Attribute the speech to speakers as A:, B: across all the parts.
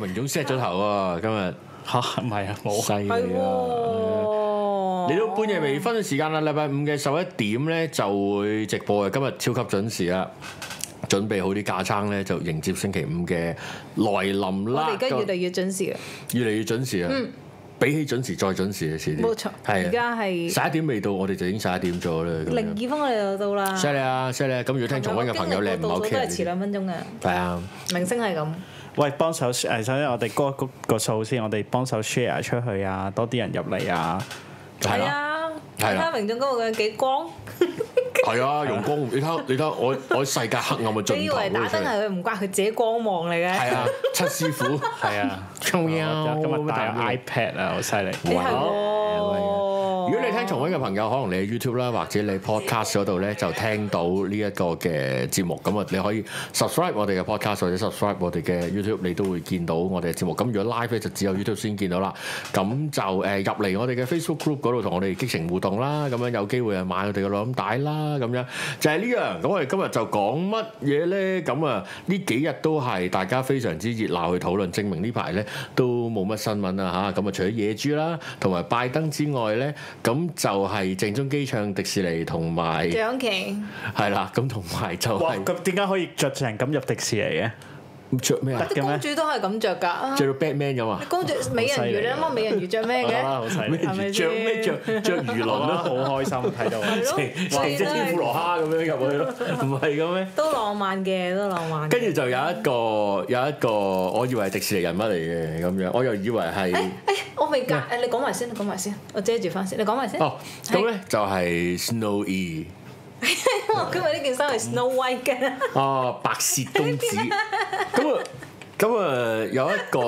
A: 袁總 set 咗頭喎，今日
B: 嚇唔係 啊，冇
A: 犀
C: 係
A: 利啊！
C: 喎，
A: 嚟到半夜微醺嘅時間啦，禮拜五嘅十一點咧就會直播嘅，今日超級準時啦！準備好啲架撐咧，就迎接星期五嘅來臨
C: 我
A: 啦！
C: 哋而家越嚟
A: 咁
C: 越準時嘅，
A: 越嚟越準時啊！比起準時再準時嘅事啲，
C: 冇錯。
A: 係
C: 而
A: 啊！
C: 家係
A: 十一點未到，我哋就已經十一點咗啦。咁樣
C: 零二分，我哋就到啦。
A: 犀利啊，犀利啊！咁如果聽重温嘅朋友，你唔好
C: 我經歷過倒數都係遲
A: care 呢
C: 兩分鐘嘅，
A: 啲。係啊，
C: 明星係咁。
B: 喂，幫手誒，首先我哋嗰個個數先，我哋幫手 share 出去啊，多啲人入嚟啊，
A: 係
C: 係
A: 啦，
C: 啊，你
A: 係
C: 睇
A: 啦
C: 下明俊嗰個嘅幾光，
A: 係啊，容光，你睇你睇我我世界黑暗嘅
C: 你以
A: 盡頭
C: 為打燈係佢唔關佢自己光芒嚟嘅？
A: 係啊，七師傅
B: 係啊，
A: 重要。
B: 今日帶 iPad 啊，好犀利，
C: 你係喎。哦
A: 如果你聽重温嘅朋友，可能你喺 YouTube 啦，或者你 Podcast 嗰度咧，就聽到呢一個嘅節目。咁啊，你可以 subscribe 我哋嘅 Podcast 或者 subscribe 我哋嘅 YouTube，你都會見到我哋嘅節目。咁如果 live 咧，就只有 YouTube 先見到啦。咁就誒入嚟我哋嘅 Facebook group 嗰度同我哋激情互動啦。咁樣有機會啊買我哋嘅錄音帶啦。咁樣就係呢樣。咁我哋今日就講乜嘢咧？咁啊呢幾日都係大家非常之熱鬧去討論，證明呢排咧都冇乜新聞啦吓，咁啊，除咗野豬啦，同埋拜登之外咧，咁就係鄭中基唱迪士尼同埋
C: 謝安琪，
A: 係啦，咁同埋就
B: 哇！
A: 係
B: 咁點解可以着成咁入迪士尼嘅？
A: 着咩啊？
B: 得嘅
C: 公
B: 咩？
C: 主都係咁着㗎。
A: 着到 Batman 咁啊！
C: 公主美人魚你 啱啱美人魚着咩
B: 好啦，
C: 嘅？
B: 好犀
A: 咩
B: 利，
C: 係咪先
A: 着咩着着魚
B: 我
A: 鱗
B: 覺得好
A: 咯，
B: 開 心睇到。
C: 係咯，所
A: 成
C: 以
A: 隻
C: 都
A: 天婦
C: 係
A: 羅蝦咁樣入去咯，唔係嘅咩？
C: 都浪漫嘅，都浪漫嘅。
A: 跟住就有一個有一個，我以為係迪士尼人物嚟嘅咁樣，我又以為係。
C: 誒，我未夾誒，你講埋先，你講埋先，我遮住翻先，你講埋先。
A: 哦，咁咧就係 E Snowy
C: 因為我今日呢件衫係 Snow White 嘅，
A: 哦，白雪公子。咁啊，咁啊，有一個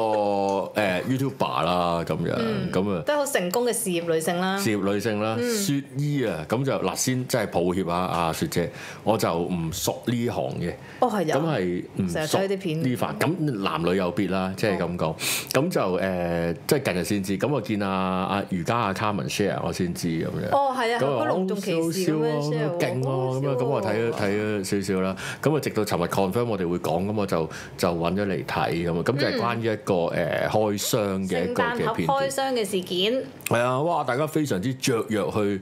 A: 誒、YouTuber 啦，咁樣咁啊。
C: 都係好成功嘅事業女性啦。
A: 事業女性啦，雪姨啊，咁就嗱先真係抱歉啊，阿雪姐，我就唔熟呢行嘅，
C: 哦，係
A: 咁
C: 有。
A: 係唔
C: 成日
A: 熟
C: 追啲片哦
A: 呢範，咁男女有別啦，即係咁講，咁就誒、即係近日先知，咁我見阿阿瑜伽阿 Carmen share 我先知咁樣。
C: 哦，係啊，
A: 咁
C: 佢
A: 啊，
C: 隆重其事咁樣 share 喎
A: 勁喎，
C: 好
A: 咁啊，咁
C: 好
A: 我
C: 笑
A: 睇咗
C: 喎
A: 睇咗少少啦，咁啊，直到尋日 confirm 我哋會講，咁我就就揾咗嚟睇咁啊，咁就係關於一個誒開箱嘅一
C: 嗯聖
A: 個
C: 誕
A: 嘅
C: 盒
A: 片
C: 開
A: 段，
C: 箱嘅事件，
A: 係啊，哇！大家非常之雀躍去，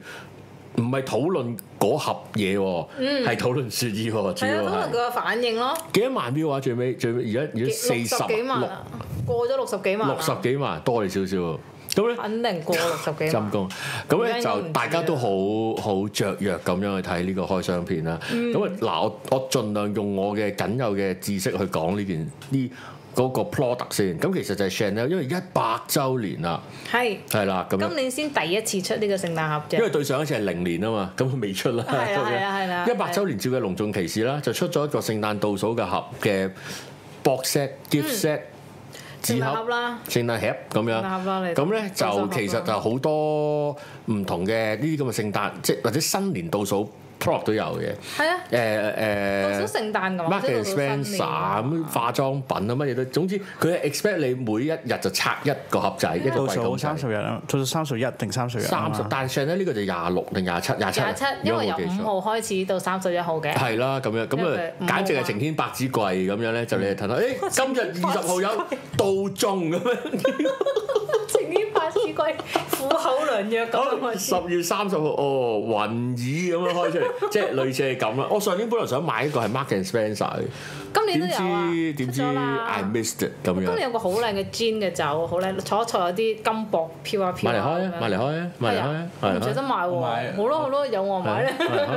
A: 唔係討論嗰盒嘢喎，係討論雪衣喎，主
C: 嗯係啊，
A: 要
C: 咁咪佢
A: 係
C: 個反應咯，
A: 幾多萬秒啊？最尾最尾而家而家
C: 六
A: 四
C: 十
A: 十
C: 幾萬啊，過咗六十啊幾萬啊，
A: 六十幾萬多你少少喎，咁咧。
C: 肯定過六十幾
A: 針
C: 萬。
A: 工，咁
C: 而家
A: 咧
C: 應該
A: 就
C: 唔止啦
A: 大家都好好雀躍咁樣去睇呢個開箱片啦。
C: 嗯
A: 咁啊嗱，我我盡量用我嘅僅有嘅知識去講呢件呢嗰個 product 先。咁其實就係 Chanel，因為一百週年啦，
C: 係，
A: 係啦咁樣
C: 今。年先第一次出呢個聖誕盒
A: 因
C: 啫
A: 為。對上一次係零年啊嘛， 咁佢未出啦。
C: 係啦係啦啊係啦
A: 一百週年照嘅隆重其事啦，就出咗一個聖誕倒數嘅盒嘅 box set、gift set、
C: 嗯聖
A: 紙
C: 誕盒啦，
A: 聖誕盒咁
C: 聖誕盒啦
A: 樣。
C: 你
A: 咁咧
C: 倒數
A: 就
C: 盒啦
A: 其實就好多唔同嘅呢啲咁嘅聖誕，即係或者新年倒數 product 都有嘅。
C: 係啊，到
A: 誒誒。
C: 咗聖誕咁
A: Mark
C: 啊，即
A: and
C: 係到咗新
A: Spencer
C: 年啊。
A: 咁化妝品啊乜嘢都，總之佢係 expect 你每一日就拆一個盒仔，一個
B: 倒
A: 櫃
B: 數
A: 桶仔
B: 三。十日啊，到數三十一定三十日啊
A: 三
B: 嘛。
A: 十，但係上咧呢個就廿六定廿七，廿七啊，
C: 廿七，因為
A: 如
C: 由
A: 果冇記錯
C: 五號開始到三十一號嘅，
A: 係啦，咁樣咁
C: 因
A: 啊
C: 為，五號嗯
A: 簡直係
C: 嘛
A: 晴天百子櫃咁樣咧，就你睇 到，誒今日二十號有到中咁 樣，
C: 情天百事鬼苦口良藥
A: 好
C: 咁啊！
A: 十月三十號哦雲耳咁樣開出嚟， 即係類似係咁啦。我上年本來想買一個係 Mark and Spencer 嘅，
C: 今
A: 點
C: 年都有啊，
A: 知點知啊
C: 出咗啦
A: I missed it 咁
C: 今
A: 樣
C: 年，有個好靚嘅 gin 嘅酒，好靚，坐一坐有啲金箔飄啊飄
A: 買嚟
C: 啊
A: 開啊，買嚟開啊，買嚟開啊，
C: 係啊
A: 買嚟開
C: 唔捨得
A: 啊。
C: 買
B: 我買
C: 喎，好咯好咯，有我買咧，
A: 係啊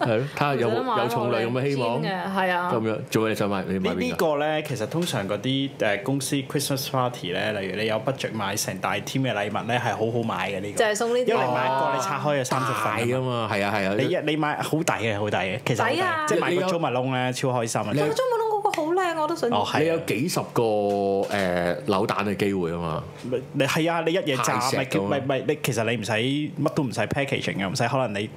A: 係咯，睇下有
C: 唔捨得買
A: 冇
C: 啊咯
A: 有重量有冇希望
C: 好靚
A: 咁
C: 嘅係啊，
A: 樣，做咩你想買？你買
B: 呢
A: 邊
B: 呢
A: 個？
B: 個咧，其實通常嗰啲誒公司 Christmas party 咧，例如你有 budget 買成大 team 嘅禮物咧，係好好買嘅呢
C: 就
B: 個，
C: 係送呢啲
B: 因為買一個你拆開嘅三十份
A: 係啊
B: 啊嘛，
A: 嘛，係啊係啊，
B: 你一你買好抵嘅，好抵嘅，其實好抵
C: 抵啊
B: 即係買
A: 你
B: 個
A: 有
B: 租埋窿咧，超開心
A: 你
C: 但
B: 啊！
C: 係中本窿嗰個好靚，我都想要。
B: 哦，
A: 你有
B: 係啊，
A: 幾十個誒、呃、扭蛋嘅機會啊嘛，
B: 你係啊，你一夜炸
A: 太石
B: 咪
A: 咁啊
B: 咪咪，你其實你唔使乜都唔使 packaging 嘅，唔使可能你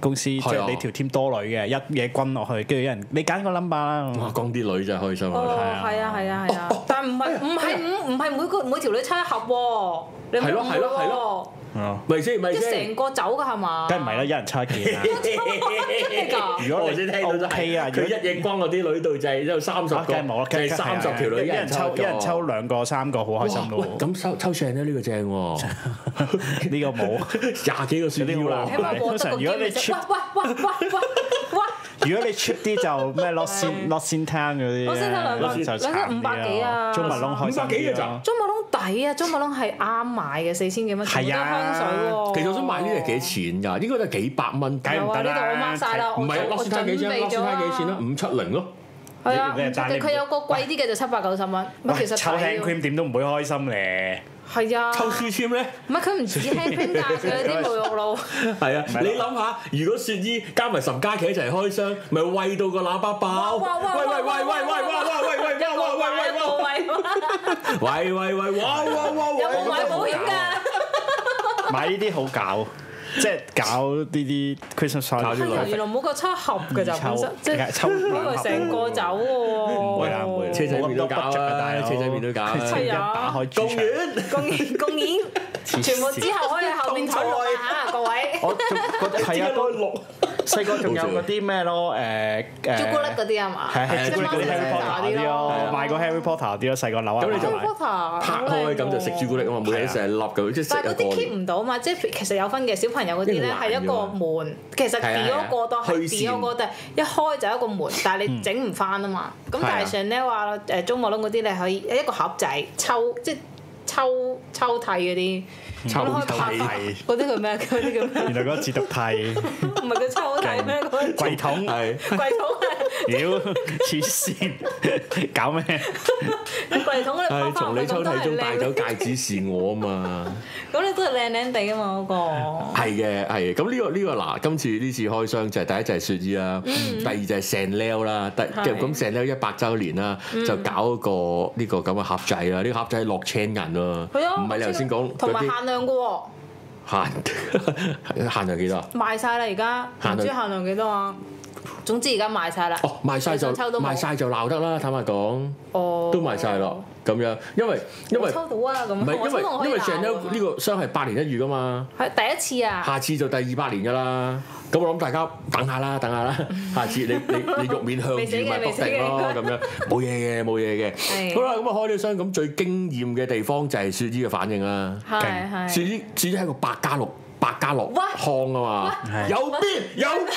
B: 公司即
A: 係啊
B: 係你條 team 多女嘅，一嘢均落去，跟住有人你揀個 number
A: 哇！
B: 啦，
A: 講啲女真係開心
C: 哦
A: 啊，，哦
C: 係啊，係啊，
A: 哎
C: 係啊，但唔係唔係唔唔係每個每條女猜一盒喎，你
A: 係咯係咯係
C: 咯，
B: 哦，
A: 咪先咪
C: 即係
A: 先
C: 成。個酒㗎係嘛？
B: 梗係唔係啦，一人差幾啊？
C: 真係㗎，
B: 如
A: 我
B: 果
A: 頭先
B: 你
A: 聽到都
B: OK
A: 係
B: 啊，
A: 佢一夜光嗰啲女隊就係有三十個，
B: 啊
A: 就
B: 梗係冇啦，梗
A: 係三十條女
B: 一人抽一人抽
A: 兩
B: 兩個三個，好開心
A: 喂，
B: 咯喎！
A: 咁抽抽上咧呢個正 喎，
B: 呢個冇。
A: 廿幾個雪橇啦
B: 嗰啲。
C: 睇下我得個
B: 哦通常如果你
C: 堅嘅啫。
B: cheap-
C: 喂喂喂喂喂喂！
B: 如果你 cheap 啲就咩落線
C: 係
B: 落線 town 嗰啲咧，
C: 落線 town 兩百
B: 就
C: 兩
B: 慘啲
C: 百五百幾啊
B: 中文窿開心
A: 五百幾嘅
B: 啲
A: 咋
B: 啊！
C: 中麥窿抵啊！中麥窿係啱買嘅，四千幾蚊，全部都
B: 係
C: 係
B: 啊
C: 香水喎。
A: 其實我想買呢啲係幾錢㗎？應該都係幾百蚊。
B: 梗係唔
C: 有
B: 得啦
C: 啊！呢度我 mark 晒啦，
A: 唔
C: 我
A: 係啊
C: 我
A: 落雪
C: 準
A: 差幾張？落
C: 備
A: 雪
C: 咗啊
A: 差
C: 啦。
A: 幾錢啦？五七零咯。
C: 係啊，
B: 啊你你
C: 唔
B: 係單你
C: 佢有個貴啲嘅就七百九十蚊，唔係
B: 喂，
C: 其實
B: 啊抽
C: 抵
B: hand
C: 喎
B: cream 點都唔會開心 咧。
C: 係啊，
A: 抽書籤咧，
C: 唔係佢唔止 hand cream 㗎，佢有啲沐 浴露。
A: 係啊！
B: 係啦
A: 你諗下，如果雪姨加埋十家企一齊開箱，咪喂到個喇叭爆！喂
C: 哇哇
A: 喂喂喂喂喂喂喂喂
C: 有冇
A: 喂
C: 買
A: 喂喂
C: 冇買？
A: 喂喂喂，哇哇哇！
C: 有冇買保險㗎？
B: 買呢啲好搞，即係搞呢啲 Christmas
A: 搞啲
C: 係啊
A: 女
C: 原來冇個七盒㗎咋，本身即係
B: 抽兩盒
C: 嗰個成個酒喎。
B: 唔
C: 唔
B: 會啦，唔會啦。
A: 車仔
B: 冇咁
A: 麵都
B: 多
A: 搞
B: budget 啊大佬
A: 車仔麵都搞啊
B: 佢一
C: 係啊
B: 打開
A: 公
B: 主場
A: 園。
C: 公公演，全部之後可以後面
A: 啊
C: 討論下嚇各位。
B: 我仲 覺得係啊，
A: 六
B: 細個仲有嗰啲咩咯？誒誒，
C: 朱古力嗰啲啊嘛，
B: 係係
A: 即
B: 朱古力嗰啲 Harry Potter 嗰啲咯，買個 Harry Potter 嗰啲咯，細個扭下
A: 咁你就
B: 買
C: Harry Potter 啊
A: 拍開咁就食朱古力啊嘛，每日成粒咁，即係
C: 但
A: 食一
C: 係嗰啲 keep
A: 個。
C: 唔到嘛，即係其實有分嘅小朋友嗰啲咧係一個門，其
A: 係
C: 實
A: 啊係啊
C: Dior 個檔係
A: 虛線嗯
C: Dior 個檔一開就一個門，但係你整唔翻啊嘛。咁
B: 係啊
C: 但係上咧話誒中國窿嗰啲你可以一個盒仔抽即係抽抽屉嗰啲，
A: 抽
C: 咁可以拍翻
B: 屉
C: 嗰啲叫咩？嗰啲叫咩？
B: 原來嗰個自讀替
C: 唔係叫抽屉咩？嗰個
B: 櫃桶，
A: 係
C: 櫃桶啊係。
B: 屌黐線，搞咩？
C: 櫃桶你
A: 係
C: 拋
A: 從
C: 翻
A: 你
C: 去
A: 抽
C: 咁都
A: 屉中
C: 係
A: 帶
C: 靚
A: 走
C: 嘅，
A: 戒指是我啊嘛，
C: 咁你都係靚靚地啊嘛嗰個。
A: 係嘅係嘅。咁呢個呢個嗱，今次呢次開箱就係第一就係雪衣啦，第二就係 s a n l e l 啦，第
C: 嗯係嗯
A: 咁 s a n l e l 一百週年啦，就搞個呢個咁嘅盒仔啦，呢個盒仔落千銀啊，
C: 係啊，
A: 唔係你頭先講
C: 同
A: 嗰
C: 埋
A: 啲
C: 限量嘅喎，
A: 限 限量幾多啊？
C: 賣晒啦而家，
A: 限量
C: 唔知限量幾多啊？總之而家賣晒啦。
A: 哦，賣晒就
C: 你想抽到冇
A: 賣晒就鬧得啦，坦白講。
C: 哦，
A: 都賣晒咯，咁樣，因為因為
C: 我抽到啊，咁
A: 唔係
C: 我
A: 因
C: 抽到我可
A: 為
C: 以
A: 因為
C: 鬧啊
A: Chanel 呢個箱係八年一遇噶嘛，
C: 係第一次啊，
A: 下次就第二百年噶啦。咁我諗大家等下啦，等下啦，下次你你你肉面向
C: 嗯未死嘅
A: 住咪
C: 未
A: 搏
C: 死嘅
A: 定咯，咁樣冇嘢嘅冇嘢嘅。
C: 係
A: 好啦，咁啊開呢箱咁最驚豔嘅地方就係雪姨嘅反應啦。
B: 勁
C: 係
A: 雪
C: 係。
A: 姨雪姨係個百家樂百家樂
C: 哇
A: 康啊嘛，
B: 哇
A: 有邊有邊。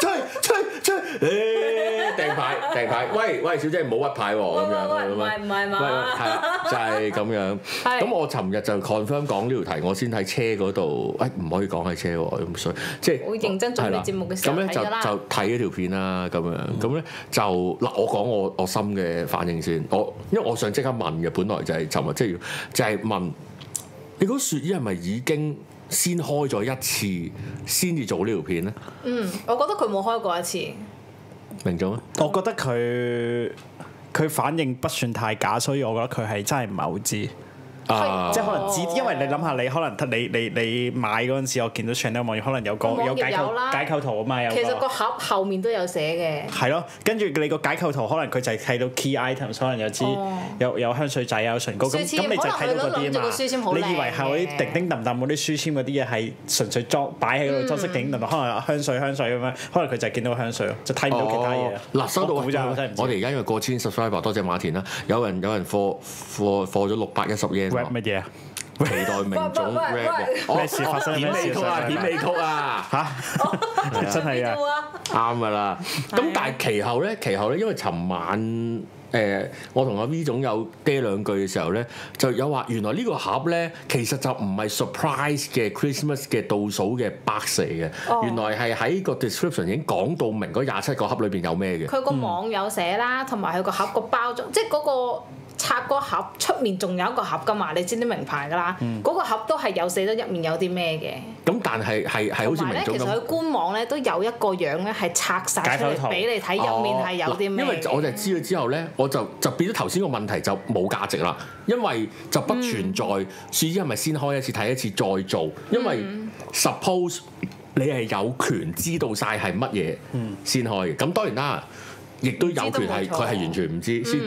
A: 吹吹吹，誒掟牌掟牌，喂喂，小姐唔好屈牌喎，
C: 喂
A: 咁
C: 喂
A: 樣咁
C: 喂，唔
A: 樣
C: 係唔係
A: 喂，
C: 嘛？
A: 係啊就係咁樣。
C: 係
A: 咁我尋日就 confirm 講呢條題，我先喺車嗰度，誒唔可以講喺車喎，咁所以即係
C: 我認真準備
A: 係啦
C: 節目嘅時候
A: 咁咧就
C: 睇㗎啦嗯
A: 就睇咗條片啦，咁樣咁咧就嗱，我講我我心嘅反應先，我因為我想即刻問嘅，本來就係尋日即係要就係問你嗰雪姨係咪已經先開咗一次先至做呢條片咧？
C: 嗯，我覺得佢冇開過一次，
A: 明咗咩？
B: 我覺得佢佢反應不算太假，所以我覺得佢係真係唔係好知。
A: 啊
B: 即係可能知
C: 哦，
B: 因為你諗下，你可能你你你買嗰陣時，我見到 Chanel 網頁可能有個
C: 網頁
B: 有解
C: 有
B: 構
C: 啦
B: 解構圖啊嘛，有
C: 其實
B: 個
C: 個盒後面都有寫
A: 啊
B: 係咯，跟住你個解構圖可能佢就係睇到 key items，可能有支
C: 哦
B: 有有香水仔有唇膏咁，
C: 書籤
B: 咁你就睇到嗰
C: 可能佢都諗住個書籤
B: 啲啊
C: 好
B: 嘛。
C: 靚
B: 你以為係嗰啲叮叮噹噹嗰啲書籤嗰啲嘢係純粹裝擺喺嗰度裝飾
C: 嗯
B: 叮叮噹噹，可能有香水香水咁樣，可能佢就係見到香水咯，就睇唔到其他嘢
A: 哦
B: 啊。
A: 嗱，收到
B: 我估咋，我
A: 我
B: 真係唔知
A: 哋而家因為過千 subscriber，多謝馬田啦。有人有人貨貨貨咗六百一十 yen，
B: rap 乜嘢啊？
A: 期待明總
C: 喂喂喂
A: rap 嘅。
B: 咩事發生咩
A: 片
B: 事
A: 尾曲啊，
B: 上
A: 片尾曲啊，哦
C: 嘅，
B: 真係 啊
C: 邊度啊！
A: 啱噶啦。咁但係其後咧，其後咧，因為尋晚誒，我同阿 V 總有嗲兩句嘅時候咧，就有話原來呢個盒咧，其實就唔係 surprise 嘅 Christmas 嘅倒數嘅 box 嚟嘅，
C: 哦
A: 原來係喺個 description 已經講到明嗰廿七個盒裏邊有咩嘅。
C: 佢個網有寫啦，同埋佢個盒個包裝，即係嗰個拆嗰盒出面仲有一個盒噶嘛，你知啲名牌噶啦，嗰個盒都係有寫咗入面有啲咩嘅。
A: 咁但係係係好似
C: 同埋
A: 明
C: 咧，
A: 總
C: 其實
A: 咁。
C: 佢官網咧都有一個樣咧係拆晒出
B: 解剖圖
C: 嚟俾你睇，入面係有啲咩嘅。
A: 哦因為我就係知咗之後咧，我就就變咗頭先個問題就冇價值啦，因為就不存在。
C: 嗯
A: 樹衣係咪先開一次睇一次再做？因為
C: 嗯
A: suppose 你係有權知道晒係乜嘢先開嘅。咁當然啦。亦都有權
C: 唔知都冇
A: 係
C: 錯嗯
A: 佢係完全唔知，先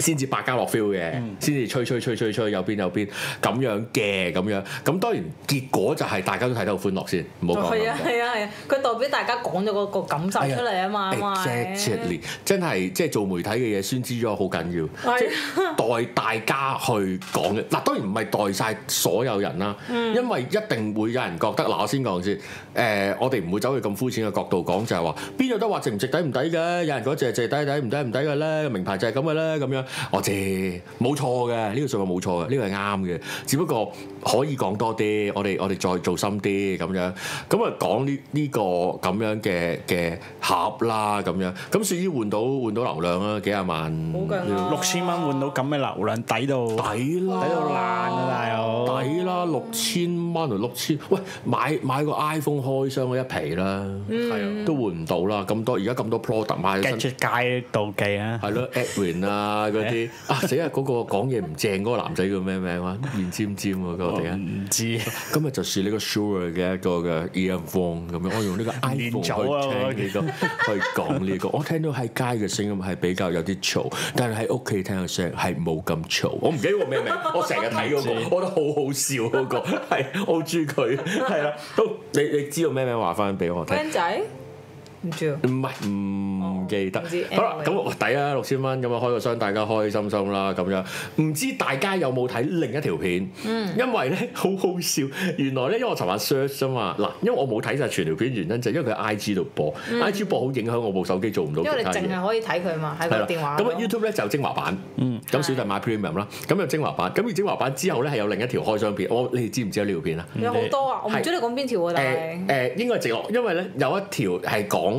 A: 先至百家樂 feel 嘅，先至吹吹吹吹吹有邊有邊咁樣嘅咁樣。咁當然結果就係大家都睇得好歡樂先，唔好講
C: 係
A: 咁
C: 啊
A: 多。
C: 係啊係啊，佢代表大家講咗嗰個感受出嚟啊嘛，咪
A: exactly 真係即係做媒體嘅嘢宣知咗好緊要，即
C: 係
A: 係代大家去講嘅。 嗱，當然唔係代晒所有人啦，
C: 嗯
A: 因為一定會有人覺得嗱，我先講先。誒、我哋唔會走去咁膚淺嘅角度講，就係話邊有得話值唔值抵唔抵嘅？有人講值係值抵抵唔抵唔抵嘅咧，名牌就係咁嘅咧，咁樣我知冇錯嘅，呢個數據冇錯嘅，呢個係啱嘅，只不過可以講多啲，我哋我哋再做深啲咁樣，咁啊講呢呢個咁樣嘅嘅盒啦咁樣，咁至於換到換到流量啦，幾廿萬，
C: 好勁啊
B: 六千蚊換到咁嘅流量，抵到抵
A: 抵
B: 到
A: 啦
B: 爛啊，大佬！
A: 抵啦，六千蚊啊，六千，喂買買個 iPhone 開箱嗰一皮啦，係啊，都換唔到啦，咁多而家咁多 product 買起身
B: get 出街妒忌啊！
A: 係咯，Edwin 啊嗰 啲啊死啊！嗰個講嘢唔正嗰個男仔叫咩名話？面尖尖啊喎，嗰個突
B: 我
A: 然
B: 唔知
A: 今日就試呢個 Sure 嘅一個嘅 earphone 咁樣，我用呢個 iPhone
B: 練咗啊
A: 去聽呢個，去講呢個。 我聽到喺街嘅聲音係比較有啲嘈，但係喺屋企聽嘅聲係冇咁嘈。我唔記得個咩名，我成日睇嗰個，我覺得好好笑嗰個，係我好中意佢，係啦。都你你知道咩名話翻俾我聽？
C: 僆仔唔知啊
A: 唔係唔記得
C: 哦唔知，
A: 好啦，
C: anyway
A: 咁我抵啊六千蚊咁啊開個箱，大家開開心心啦咁樣。唔知大家有冇睇另一條片？
C: 嗯
A: 因為咧好好笑，原來咧因為我尋晚 search 啫嘛，嗱，因為我冇睇晒全條片，原因就係因為佢 I G 度播，I G 播好影響我部手機做唔到
C: 嗯因
A: 其
C: 為你
A: 他嘢
C: 淨。係可以睇佢嘛，喺
A: 係
C: 個
A: 啦，
C: 電話
A: 咁啊 YouTube 咧就有精華版，咁小弟買 premium 啦，咁有精華版，咁而精華版之後咧係有另一條開箱片，我你哋知唔知有呢條片啊？
C: 有好多啊，我唔知你講邊條啊，但
A: 誒
C: 係
A: 誒應該係直落，因為咧有一條係講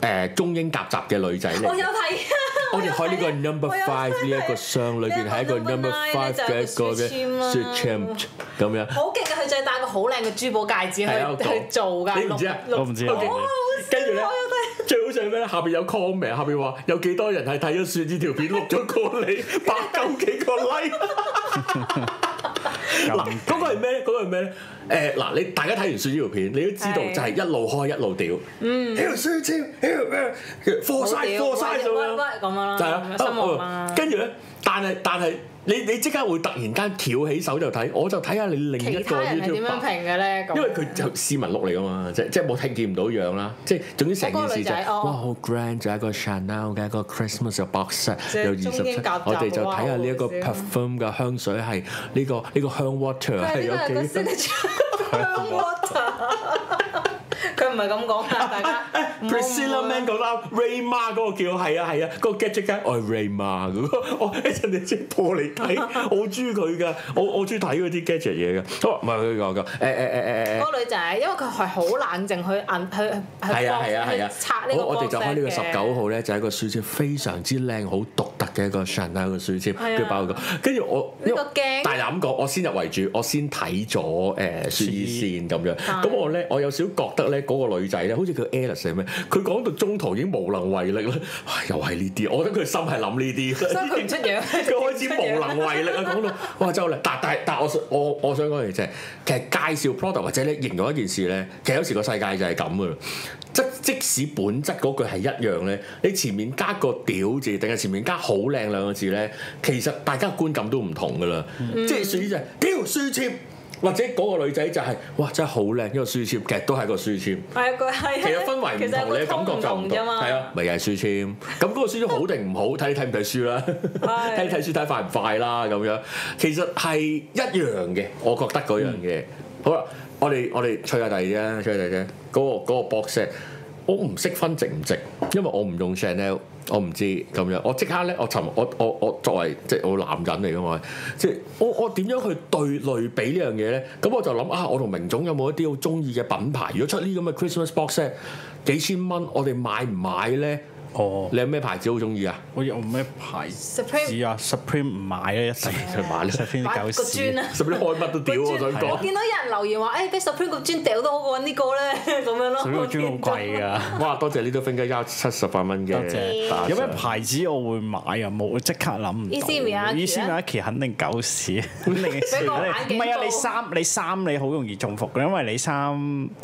A: 誒中英夾雜嘅女仔嚟
C: 我。有睇啊，
A: 我哋開呢個 number
C: 我有
A: five 呢一個箱裏邊係一個
C: 我有啊
A: number five 嘅一個嘅
C: 就係個
A: s u
C: Sweet
A: c h a m
C: Champ
A: p 咁樣。
C: 好勁啊！佢就係戴個好靚嘅珠寶戒指
A: 係啊我
C: 去
A: 講
C: 去做㗎，
A: 你唔知啊
C: 綠
B: 我唔知啊
C: 綠好好笑
A: 跟住咧
C: 我有睇。
A: 最好笑係咩咧？下邊有 comment，下邊話有幾多人係睇咗雪呢條片錄咗過 嚟，百鳩幾個 like。嗱，嗰個係咩咧？嗰個係咩咧？誒嗱，你大家睇完雪呢條片，你都知道
C: 係
A: 就係一路開一路屌。嗯。屌雪超，屌咩？four
C: 好
A: side
C: 屌
A: 哦 four side 咁樣。
C: 屈屈咁樣啦，
A: 就係啊
C: 失望
A: 啊
C: 啦，。
A: 跟住咧，但係但係你你即刻會突然間翹起手就睇，我就睇下你另一
C: 其
A: 個
C: 他人係點樣
A: YouTube，
C: 評嘅咧？咁
A: 因為佢就市民碌嚟噶嘛，即即係冇睇見唔到樣啦，即係總之成件事就
C: 嗰個女仔哦
A: 哇好 grand 就一個 Chanel 嘅一個 Christmas 嘅 box set，
C: 即係
A: 有二十
C: 中英
A: 七
C: 夾雜，
A: 我哋就睇下呢一個
C: 哇好好笑
A: perfume 嘅香水係呢個呢個香 water 係
C: 佢呢個
A: 有
C: 係
A: 幾
C: 個 signature Pearl water 佢唔係咁 講啊，大家唔好
A: 哎 Priscilla
C: 誤
A: Man
C: 會
A: 嗰單 Ray Ma 嗰個叫係啊係啊，嗰個 get 即刻我係 Ray Ma 嗰個， 我一陣你先播嚟睇，我好中意佢噶，我我中意睇嗰啲 gadget 嘢嘅，好唔係佢講噶，誒誒誒誒誒。
C: 嗰個女仔，因為佢係好冷靜去摁去去
A: 係啊係啊係啊！
C: 拆呢個
A: 好，我哋就開呢個
C: box
A: 十
C: set
A: 九
C: 嘅
A: 號咧，就係一個書籤，非常之靚，好獨特嘅一個 Chanel 嘅書籤，
C: 係啊
A: 跟住包括跟住我
C: 呢個鏡
A: 但係咁講，我先入為主，我先睇咗誒雪衣線咁樣，
C: 係
A: 咁我咧我有少少覺得咧嗰個女仔咧，好似佢 Alice 係咩？佢講到中途已經無能為力啦，唉又係呢啲，我覺得佢心係諗呢啲，
C: 所以佢唔出樣
A: 佢開始無能為力啊！講到哇，真係好靚但但但我想我我想講嘅就係，其實介紹 product 或者咧形容一件事咧，其實有時個世界就係咁噶啦。即即使本質嗰句係一樣咧，你前面加個屌字定係前面加好靚兩個字咧，其實大家觀感都唔同噶啦。
C: 嗯
A: 即係屬於就係屌書籤，或者嗰個女仔就係、哇真係好靚，一個書籤，其實都係個書籤。
C: 係佢係啊
A: 其實氛圍唔
C: 其實
A: 同，你嘅感覺就唔同，
C: 啫嘛。
A: 係啊，咪又係書籤。咁嗰個書籤好定唔好，睇你睇唔睇書啦，
C: 係
A: 睇你睇書睇快唔快啦咁樣。其實係一樣嘅，我覺得嗰樣嘢。好啦，我哋我哋吹下第二啫，吹下第二啫。啊嗰、個嗰、個 box set，我唔識分值唔值，因為我唔用 Chanel。我唔知咁樣，我即刻咧，我尋我我我作為即係我男人嚟噶嘛，即係我我點樣去對類比呢樣嘢咧？咁我就諗啊，我同明總有冇一啲好中意嘅品牌？如果出呢咁嘅 Christmas box set，幾千蚊，我哋買唔買咧？
B: 哦，
A: 你有咩牌子好中意啊？
B: 我有咩牌子
C: Supreme
B: 啊？Supreme 唔買啦，一定
A: 去買啦，
B: Supreme
C: 擺
B: 啲
C: 個
B: 狗
C: 磚
B: 屎
C: 啊！
A: 使唔使開乜都屌？我想
C: 我
A: 講，
C: 見到有人留言話：，哎誒俾 Supreme 個磚掉都好過揾 呢個咧，咁樣咯。
B: ，Supreme 個磚好貴㗎。
A: 哇！多謝呢度 finger 交七十八蚊嘅
B: 多謝
A: 打賞，
B: 有咩牌子我會買啊？冇，即刻諗唔到。
C: Easy Miyake 咧
B: Easy Miyake 肯定狗屎，肯定
C: 俾個眼
B: 唔
C: 鏡
B: 係啊！
C: 做
B: 你衫你衫你好容易中伏嘅，因為你衫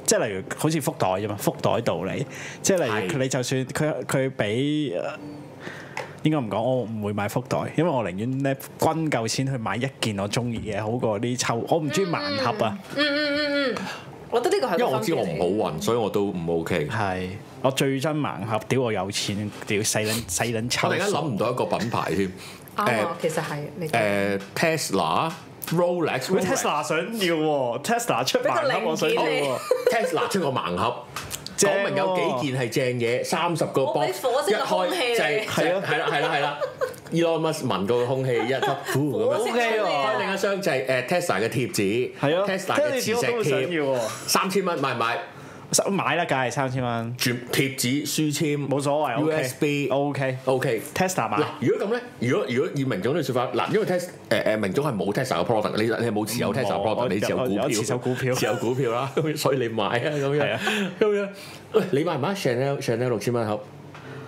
B: 即係例如好似福袋啫嘛，福袋道理，即係例
A: 係
B: 如你就算佢佢俾。呃應該唔講，我唔會買福袋，因為我寧願咧均夠錢去買一件我中意嘅，好過啲抽。我唔中意盲盒啊，
C: 我覺得呢個係
A: 因為我知
C: 個
A: 我啊唔
C: 分別嚟嘅
A: 好運，所以我都唔 OK。
B: 係我最憎盲盒，屌我有錢，屌細撚細撚
A: 我
B: 抽。
A: 突然間諗唔到一個品牌添，
C: 啱
A: 誒
C: 啊，其實係你講
A: 誒 Tesla、Rolex、
B: 喂 Tesla 想要喎，Tesla 出
C: 俾個
B: 盲盒我想要
C: 零件你
B: 喎。
A: Tesla 出個盲盒。
B: 正
A: 講明有幾件係正嘢，三十個
C: 我俾
A: box，
C: 火
A: 一
C: 星嘅空
A: 開
C: 氣
A: 正
C: 你
A: 係係啦係啦係啦，Elon Musk 聞個空氣一吸，呼咁
C: 火
A: 樣
C: 星。
B: OK 喎
A: 開
C: 啊
A: 另一箱就係誒 Tesla 嘅貼紙，
B: 係啊
A: Tesla
B: 聽
A: 嘅
B: 你
A: 磁石
B: 講我都會想要
A: 貼，
B: 喎
A: 三千蚊買唔買？
B: 買啦，梗係三千蚊，
A: 全貼紙、書籤，
B: 冇所謂。啊
A: USB
B: OK
A: OK。
B: Tesla
A: 嗱
B: 買，
A: 如果咁咧，如果如果以明總嘅説法，嗱，因為 Tes 誒誒明總係冇 Tesla 嘅 product，你你係冇持有 Tesla
B: 冇我
A: product，你持有股票，
B: 有持有股票
A: 持有股票 啦，咁所以你買啊咁
B: 係
A: 樣
B: 啊，
A: 咁樣，喂，你買唔買 Chanel Chanel 六千蚊盒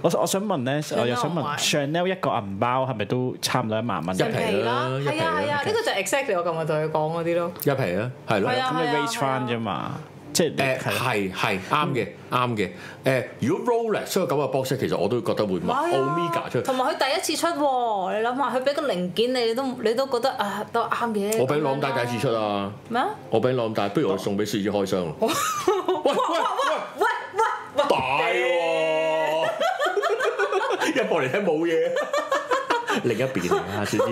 B: 我我想問咧，我又想問
C: 買
B: Chanel 一個銀包係咪都差唔多一萬蚊？
A: 一皮啦一皮
C: 係
A: 啦
C: 啊係啊，呢個就係 exactly 我琴日同佢講嗰啲咯。
A: 一皮啊？係咯
C: 係。啊
B: 咁你
C: 係啊
B: raise 翻啫嘛，即係你
A: 誒
B: 係啊嗯啦
A: 係係啱嘅啱嘅誒，如果 Rolex 出個咁嘅 box 其實我都覺得會買
C: 買啊
A: Omega 出，
C: 同埋佢第一次出喎，你諗下，佢俾個零件你，你都你都覺得啊，都啱嘅。
A: 我俾朗
C: 咁樣
A: 大第
C: 啦
A: 一次出啊，
C: 咩啊？
A: 我俾朗大，不如我送俾書子開箱 咯。喂喂喂！
C: 喂喂喂！
A: 大 喎、一播嚟聽冇 嘢，另一邊嚟啊，先知。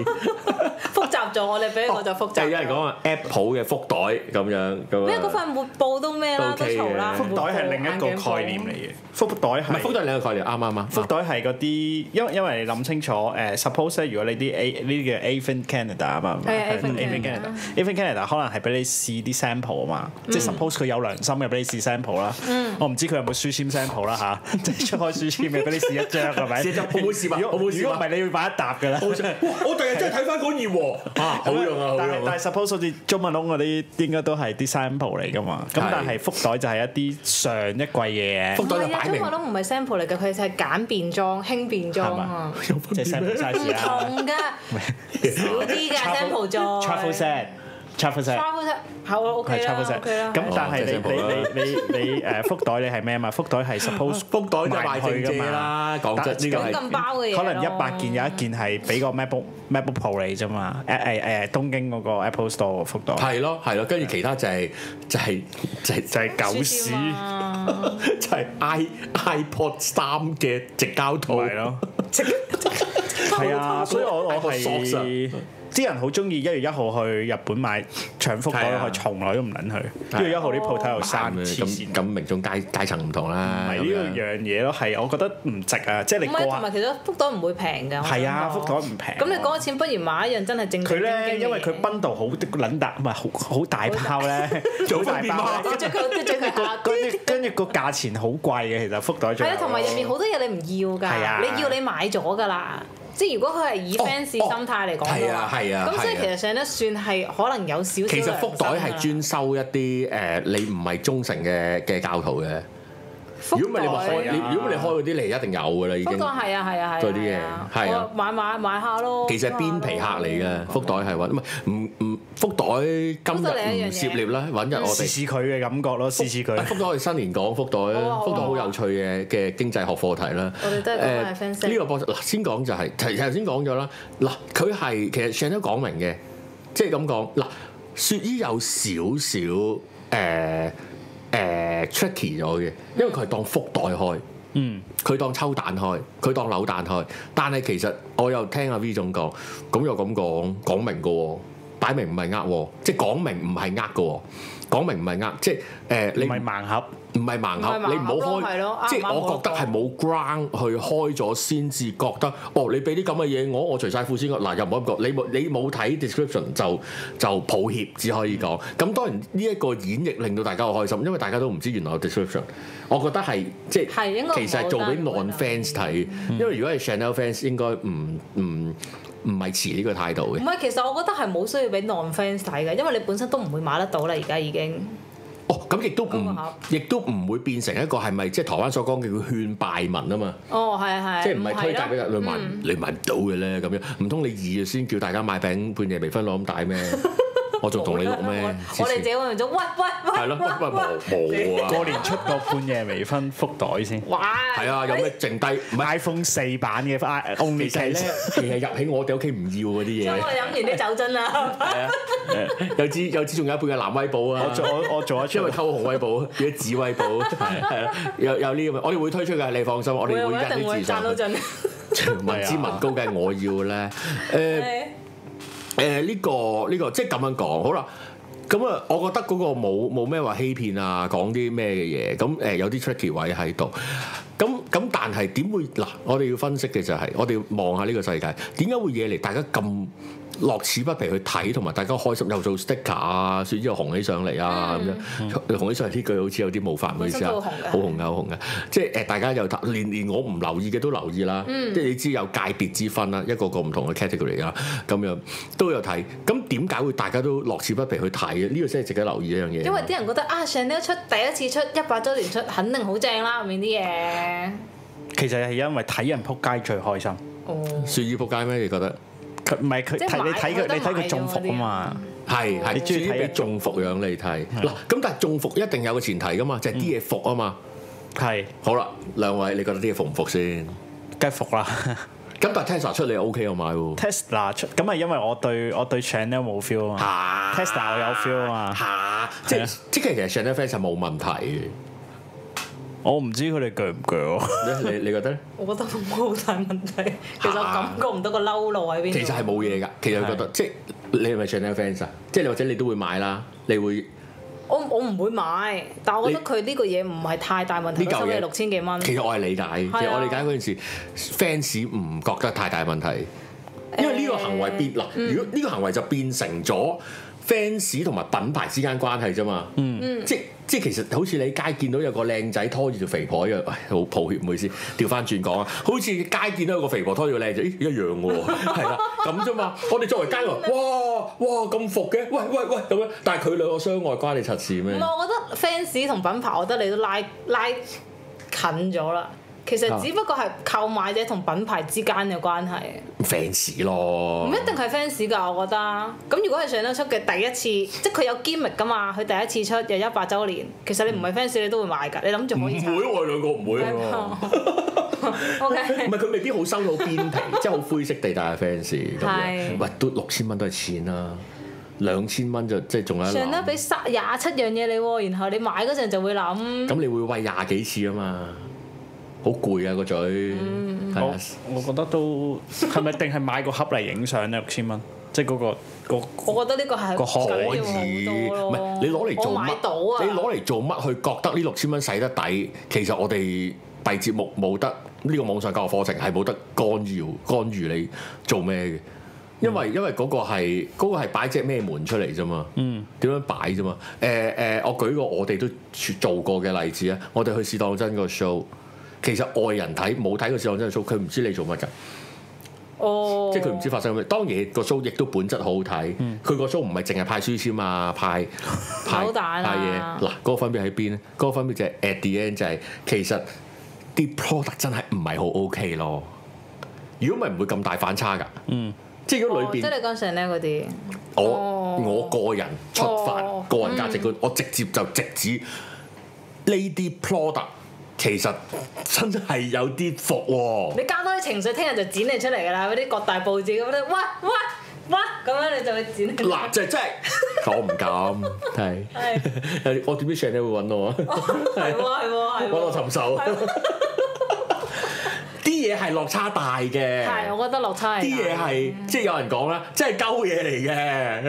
C: 複雜咗，我哋俾我就複雜
A: 係有
C: 咗。
A: 人講話 Apple 嘅福袋咁樣咁樣。
C: 咩嗰塊抹布都咩啦，
A: 都
C: 都
A: OK
C: 嘈啦。
A: 嘅
B: 福袋係另一
C: 抹布
B: 個概念嚟。嘅，福袋
A: 唔係福
B: 係。
A: 袋兩個概念，啱
C: 啊
A: 啱
B: 福
A: 啱。
B: 袋係嗰啲，因為因為你諗清楚，誒、suppose 咧，如果你啲 A 呢啲叫 Avon Canada 啊嘛，
C: 係啊 Avon
B: Avon
C: Canada
B: Canada，Avon Canada 可能係俾你試啲 sample 啊嘛，
C: 嗯
B: 即係 suppose 佢有良心嘅俾你試 sample 啦，我唔知佢有冇書籤 sample 啦吓， 即係出開書籤嘅俾你試一張係咪？
A: 試一張好唔好試啊
B: 如
A: 好唔
B: 果
A: 好
B: 如
A: 試
B: 果
A: 啊
B: 唔係你要買一沓㗎啦。
A: 好正哇我第日真係睇翻嗰頁喎，啊好用啊，好
B: 但係
A: 用啊
B: 但係。suppose 好似中文窿嗰啲應該都係啲 sample 嚟㗎嘛，咁
A: 係
B: 但係福袋就係一啲上一季嘅嘢
A: 福
C: 唔，
A: 袋就
C: 係啊，
A: 擺
C: 中
A: 明
C: 國都唔係 sample 嚟嘅，佢就係簡便裝、輕便裝啊。
B: 即係 sample
C: 唔
B: size 啊
C: 同㗎，少啲㗎 sample 裝。
B: travel set，travel set。
C: travel set 係我 OK
B: 係
C: 啦
B: travel set，
C: ，OK 啦。
B: 咁但係
A: 哦即係 sample
B: 你你你你你誒福袋你係咩嘛？福袋係 suppose
A: 福袋就賣剩
B: 賣去㗎
A: 蔗
B: 嘛
A: 啦，講
B: 但
A: 真呢個
C: 亂
A: 係
C: 咁包嘅嘢
B: 可
C: 咯
B: 能一百件有一件係俾個 MacBook MacBook Pro 你啫嘛，誒誒誒東京嗰個 Apple Store 個福袋
A: 係咯係咯，跟住其他就係就係就係
B: 就係狗屎
C: 書，店 啊
A: 就係 i iPod 三嘅直膠套。
B: 係咯。
C: 係
B: 係啊，所以我我係
A: 索實
B: 啲人好中意一月一號去日本買搶福袋
A: 係啊
B: 咯，佢從來都唔撚
A: 係
B: 去。一月一號啲鋪頭又閂
A: 咁
B: 黐線
A: 咁，咁明眾階階層唔同啦，
B: 唔係
A: 咁樣
B: 呢樣嘢咯，係我覺得唔值啊！即係你
C: 唔係，
B: 過
C: 同埋
B: 下
C: 其實福袋唔會平㗎。我
B: 係啊，
C: 想講
B: 福袋唔平。
C: 哦咁你講個錢，不如買一樣真係正正
B: 佢
C: 經經嘅
B: 咧，因為佢
C: 嘢
B: 賓道好撚大，唔係好好大炮咧， 好大包
C: 嘟
B: 咧。
C: 咗佢，嘟咗佢下
B: 跟住跟住個價錢好貴嘅，其實福袋仲
C: 啊係啊，
B: 有
C: 同埋入面好多嘢你唔要
B: 係啊
C: 㗎，你要你買咗㗎啦。即係如果佢係以
A: 哦
C: fans 心
A: 哦
C: 態嚟講
A: 係
C: 嘅
A: 啊
C: 話，
A: 係啊
C: 咁所以
A: 係啊
C: 其實上得算係可能有少啊少。
A: 其實福袋係專收一啲誒、呃你唔係忠誠嘅嘅教徒嘅。
C: 福
A: 如果唔係你咪
C: 袋
A: 開，
B: 啊
A: 你如果唔係你開嗰啲你一定有㗎啦已
C: 福袋
A: 經。
C: 係啊係啊係啊
A: 嗰啲嘢係啊
C: 我買買買下咯。
A: 其實係
C: 買下
A: 邊
C: 咯
A: 皮客嚟嘅，福袋係揾唔係唔唔福袋今
C: 福袋另一
A: 日
C: 樣
A: 唔
C: 嘢
A: 涉獵啦，揾日我
B: 試
A: 哋。
B: 試佢嘅感覺咯，試試佢
A: 啊。福袋我哋新年講福袋
C: 好啊，
A: 福袋好有趣嘅嘅經濟學課題啦。
C: 我哋都係講係 fans
A: 誒呢個博士嗱，先講就係頭頭先講咗啦。嗱，佢係其實上都講明嘅，即係咁講嗱，雪衣有少少誒誒 tricky 咗嘅，因為佢係當福袋開。
B: 嗯，
A: 佢當抽蛋開，佢當扭蛋開，但係其實我又聽阿 V 總講，咁又咁講，講明嘅喎，擺明唔係呃喎，即係講明唔係呃嘅喎，講明唔係呃，即係誒、呃
B: 唔
A: 你
B: 係盲盒。
A: 唔係盲
C: 唔係盲
A: 盒，
C: 盒
A: 你唔好
C: 咯係咯
A: 開，
C: 啱
A: 即
C: 啱
A: 係我覺得係冇 ground 去開咗先至覺得，哦，你俾啲咁嘅嘢我，我除晒褲先㗎嗱，又唔好咁講，你冇你冇睇 description 就就抱歉，只可以講。咁當然呢一個演繹令到大家好開心，因為大家都唔知原來有 description。我覺得係即
C: 係應該
A: 其實係做俾
C: 冇得
A: non fans 睇，因為如果係 Chanel fans 應該唔唔唔係持呢個態度嘅
C: 唔。係，其實我覺得係冇需要俾 non fans 睇嘅，因為你本身都唔會買得到啦，而家已經。
A: 哦，咁亦都
C: 嗰個
A: 唔
C: 盒
A: 亦都唔會變成一個係咪即係台灣所講嘅叫勸敗文啊嘛。
C: 哦，係係。
A: 即係唔係推介俾人，你
C: 咯嗯
A: 買 唔你買唔到嘅咧咁樣，唔通你二月先叫大家買餅半夜微醺攞咁大咩？我仲同你錄咩？
C: 我哋自己揾咗，喂喂喂，
A: 係咯，不過冇冇啊！
B: 過年出個半夜微醺福袋先
C: 哇！
A: 係啊，有咩剩低？唔 係，
B: ，iPhone 四版嘅啊呃 Only
A: 其實咧，其實入喺我哋屋企唔要嗰
C: 所以
A: 啲
C: 我
A: 嘢
C: 飲完啲酒精啦，
A: 係啊，有支有支仲有一半嘅藍威寶啊！
B: 我做我我做一
A: 因
B: 出
A: 為。溝紅威 寶，變咗紫威寶，係啦，有有呢咁嘅，我哋會推出㗎，你放心，我哋會
C: 會我一
A: 印
C: 定
A: 啲
C: 會
A: 字
C: 賺
A: 上
C: 到
A: 去。
C: 盡。
A: 文之文高梗係我要咧，誒。誒呃呢個呢個即係咁樣講好啦。咁啊，我覺得嗰個冇冇咩話欺騙啊，講啲咩嘅嘢，咁誒呃有啲 tricky 位喺度。咁咁，但係點會嗱？我哋要分析嘅就係、我哋要望下呢個世界點解會惹嚟大家咁樂此不疲去睇，同埋大家開心又做 sticker 啊，然之後紅起上嚟啊咁樣。紅起上嚟呢句好似有啲冒犯，唔好意思啊，
C: 本身都嗯好
A: 好
C: 紅㗎
A: 紅㗎，好紅㗎。即係誒，大家又連連我唔留意嘅都留意啦。
C: 嗯
A: 即係你知有界別之分啦，一個個唔同嘅 category 啦，咁樣都有睇。咁點解會大家都樂此不疲去睇？呢個先係值得留意一樣嘢。
C: 因為啲人覺得啊，上呢出第一次出一百周年出，肯定好正啦，入面啲嘢。
B: 其實係因為睇人撲街最開心，
C: 哦，
A: 雪衣仆街咩？你覺得
B: 佢唔係佢
C: 即係
B: 睇你
C: 買
B: 睇
C: 有
B: 佢
C: 得
B: 你睇
C: 買
B: 佢中伏啊嘛，
A: 係
C: 哦
A: 係？
B: 你中意睇
A: 雪衣俾
B: 嘅
A: 中服樣你睇嗱，咁但係中服一定有個前提㗎嘛，
B: 嗯
A: 就係啲嘢服啊嘛。
B: 係
A: 好啦，兩位你覺得啲嘢服唔服先？
B: 梗係服啦。
A: 咁但係 Tesla 出嚟 OK 啊我買喎。
B: Tesla 出咁係因為我對我對 Chanel 冇 feel 啊嘛。
A: 嚇
B: Tesla 我有 feel 啊嘛
A: 嚇！即
B: 係啊
A: 係即係其實 Chanel fans 係冇問題嘅。
B: 我唔知佢哋鋸唔鋸喎。
A: 你你你覺得咧？
C: 我覺得冇好大問 題。其實我
A: 啊
C: 感覺唔到個嬲路喺邊度。啊
A: 其實係冇嘢㗎，其實我覺得即係你係咪 Chanel fans 啊？即係你或者你都會買啦，你會
C: 我我唔會買，但我覺得
A: 你
C: 佢呢個嘢唔係太大問題，
A: 呢嚿
C: 收你
A: 嘢
C: 六千幾蚊。
A: 其實我係理解，其實我理解嗰件事，fans 唔覺得太大問題，因為呢個行為變嗱，如果呢個行為就變成咗 fans 同埋品牌之間關係啫嘛，嗯，即即其實好似你喺街見到有個靚仔拖住條肥婆一哎樣，唉好抱歉唔好意思，調翻轉講啊，好似街見到有個肥婆拖住個靚仔，咦一樣喎，係啦，咁啫嘛，我哋作為街外，哇哇咁服嘅，喂喂喂咁樣，但係佢兩個相愛關你柒事咩
C: 唔？係，我覺得 fans 同品牌，我覺得你都拉拉近咗啦。其實
A: 啊
C: 只不過係購買者同品牌之間嘅關係，
A: fans
C: 唔
A: 咯，
C: 一定係 fans 㗎。我覺得咁，如果係上得出嘅第一次，即係佢有 gimmick 㗎嘛，佢第一次出又一百週年，其實你唔係 fans 你都會買㗎，你諗住可以
A: 唔
C: 拆
A: 會我哋兩個 唔會
C: 啊
A: 喎。
C: O K，
A: 唔係佢未必好收到邊皮，即係好灰色地帶嘅 fans 咁
C: 係
A: 樣。喂，都六千蚊都係錢啦，兩千蚊就即係仲有一
C: 上得
A: 攬。
C: 俾三廿七樣嘢你喎，然後你買嗰陣就會諗，
A: 咁你會喂廿幾次啊嘛，好攰啊個嘴，
C: 嗯
A: 係
B: 我
A: 啊。
B: 我覺得都係咪定係買個盒嚟影相咧？六千蚊，即係嗰個個
C: 我覺得呢個係
B: 個可
A: 可
C: 緊
A: 以，
C: 要好多
A: 唔
C: 咯
A: 係你攞嚟做
C: 我買到啊
A: 乜？你攞嚟做乜？去覺得呢六千蚊使得抵？其實我哋第節目冇得呢個網上教學課程係冇得干擾干預你做咩嘅，因為
C: 嗯
A: 因為嗰個係嗰個係擺隻咩門出嚟啫嘛，嗯，點樣擺啫嘛？誒、誒、我舉個我哋都做過嘅例子啊，我哋去試當真個 show。其實外人睇冇睇過試當真嘅 show，佢唔知你做乜㗎，
C: 哦，
A: 即係佢唔知發生咩。當然個 show 亦都本質好好睇，佢個 show 唔係淨係派書籤啊，派派
C: 扭蛋
A: 派嘢。
C: 啊
A: 嗱，嗰個分別喺邊咧？嗰個分別就係 at the end 就係其實啲 product 真係唔係好 OK 咯。如果咪唔會咁大反差㗎。嗯，即係如果裏
C: 哦
A: 邊
C: 即係你講上咧嗰啲。
A: 我、
C: 哦
A: 我個人出發、
C: 哦
A: 個人價值觀，我直接就直指呢啲 product 其實真係有啲服喎、
C: 你加多啲情緒，聽日就剪你出嚟㗎啦！嗰啲各大報紙咁樣，哇哇哇咁樣你就會剪你。
A: 嗱，就 真係我唔敢，
C: 係
A: 係我點知 Chanel 會揾我啊？
C: 係喎係喎哦係
A: 揾我
C: 喎。
A: 尋仇， 啲嘢係落差大嘅。
C: 係，我覺啊得落差係
A: 啲嘢
C: 大
A: 係即係有人講啦，即係鳩嘢嚟嘅，唉，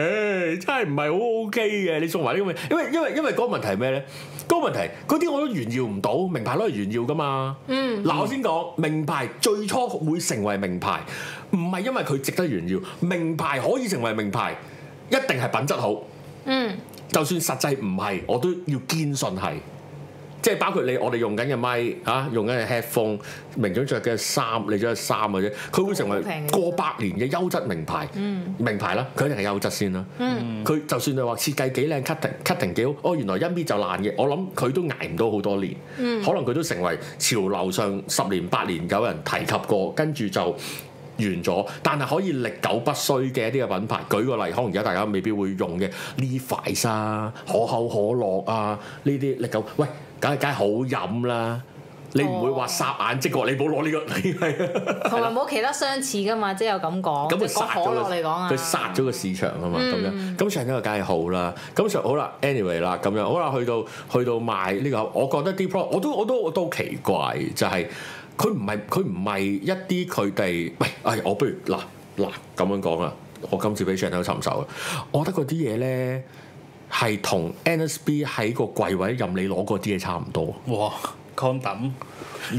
A: 真係唔係好 OK 嘅。你送埋呢咁嘅，因為因為因為嗰個問題係咩咧？嗰、個問題嗰啲我都炫耀唔到，名牌攞嚟炫耀噶嘛。嗯，嗱我先講名牌最初會成為名牌，唔係因為佢值得炫耀，名牌可以成為名牌，一定係品質好。
C: 嗯，
A: 就算實際唔係，我都要堅信係。即係包括你我哋用緊嘅咪嚇，用緊嘅 headphone，明總着嘅衫，你着嘅衫嘅啫，佢會成為
C: 好平嘅
A: 過百年嘅優質名牌，名牌啦，佢一定係優質先啦。佢就算你話設計幾靚，cutting cutting 幾好，哦原來一搣就爛嘅，我諗佢都捱唔到好多年，可能佢都成為潮流上十年八年有人提及過，跟住就完咗，但係可以歷久不衰嘅一啲嘅品牌。舉個例，可能而家大家未必會用嘅呢塊沙、可口可樂啊呢啲歷久，喂，梗係梗係好飲啦。你唔會話霎眼即覺，你冇攞呢個，你係啊
C: 同埋冇其他相似噶嘛，即係有咁講，
A: 咁
C: 即
A: 佢
C: 係講
A: 殺
C: 可
A: 咗個
C: 樂嚟講啊，嗯
A: 佢殺咗個市場啊嘛，咁樣咁上咗個梗係好啦，咁上好啦，anyway 啦，咁樣好啦，去到去到賣呢個，我覺得啲 pro 我都我都我都好奇怪，就係佢唔係佢唔係一啲佢哋，喂，哎，我不如嗱嗱咁樣講啊，我今次俾 Chanel 尋仇啊，我覺得嗰啲嘢咧係同 NSB 喺個櫃位任你攞嗰啲嘢差唔多，
B: 哇 condom
A: 鉛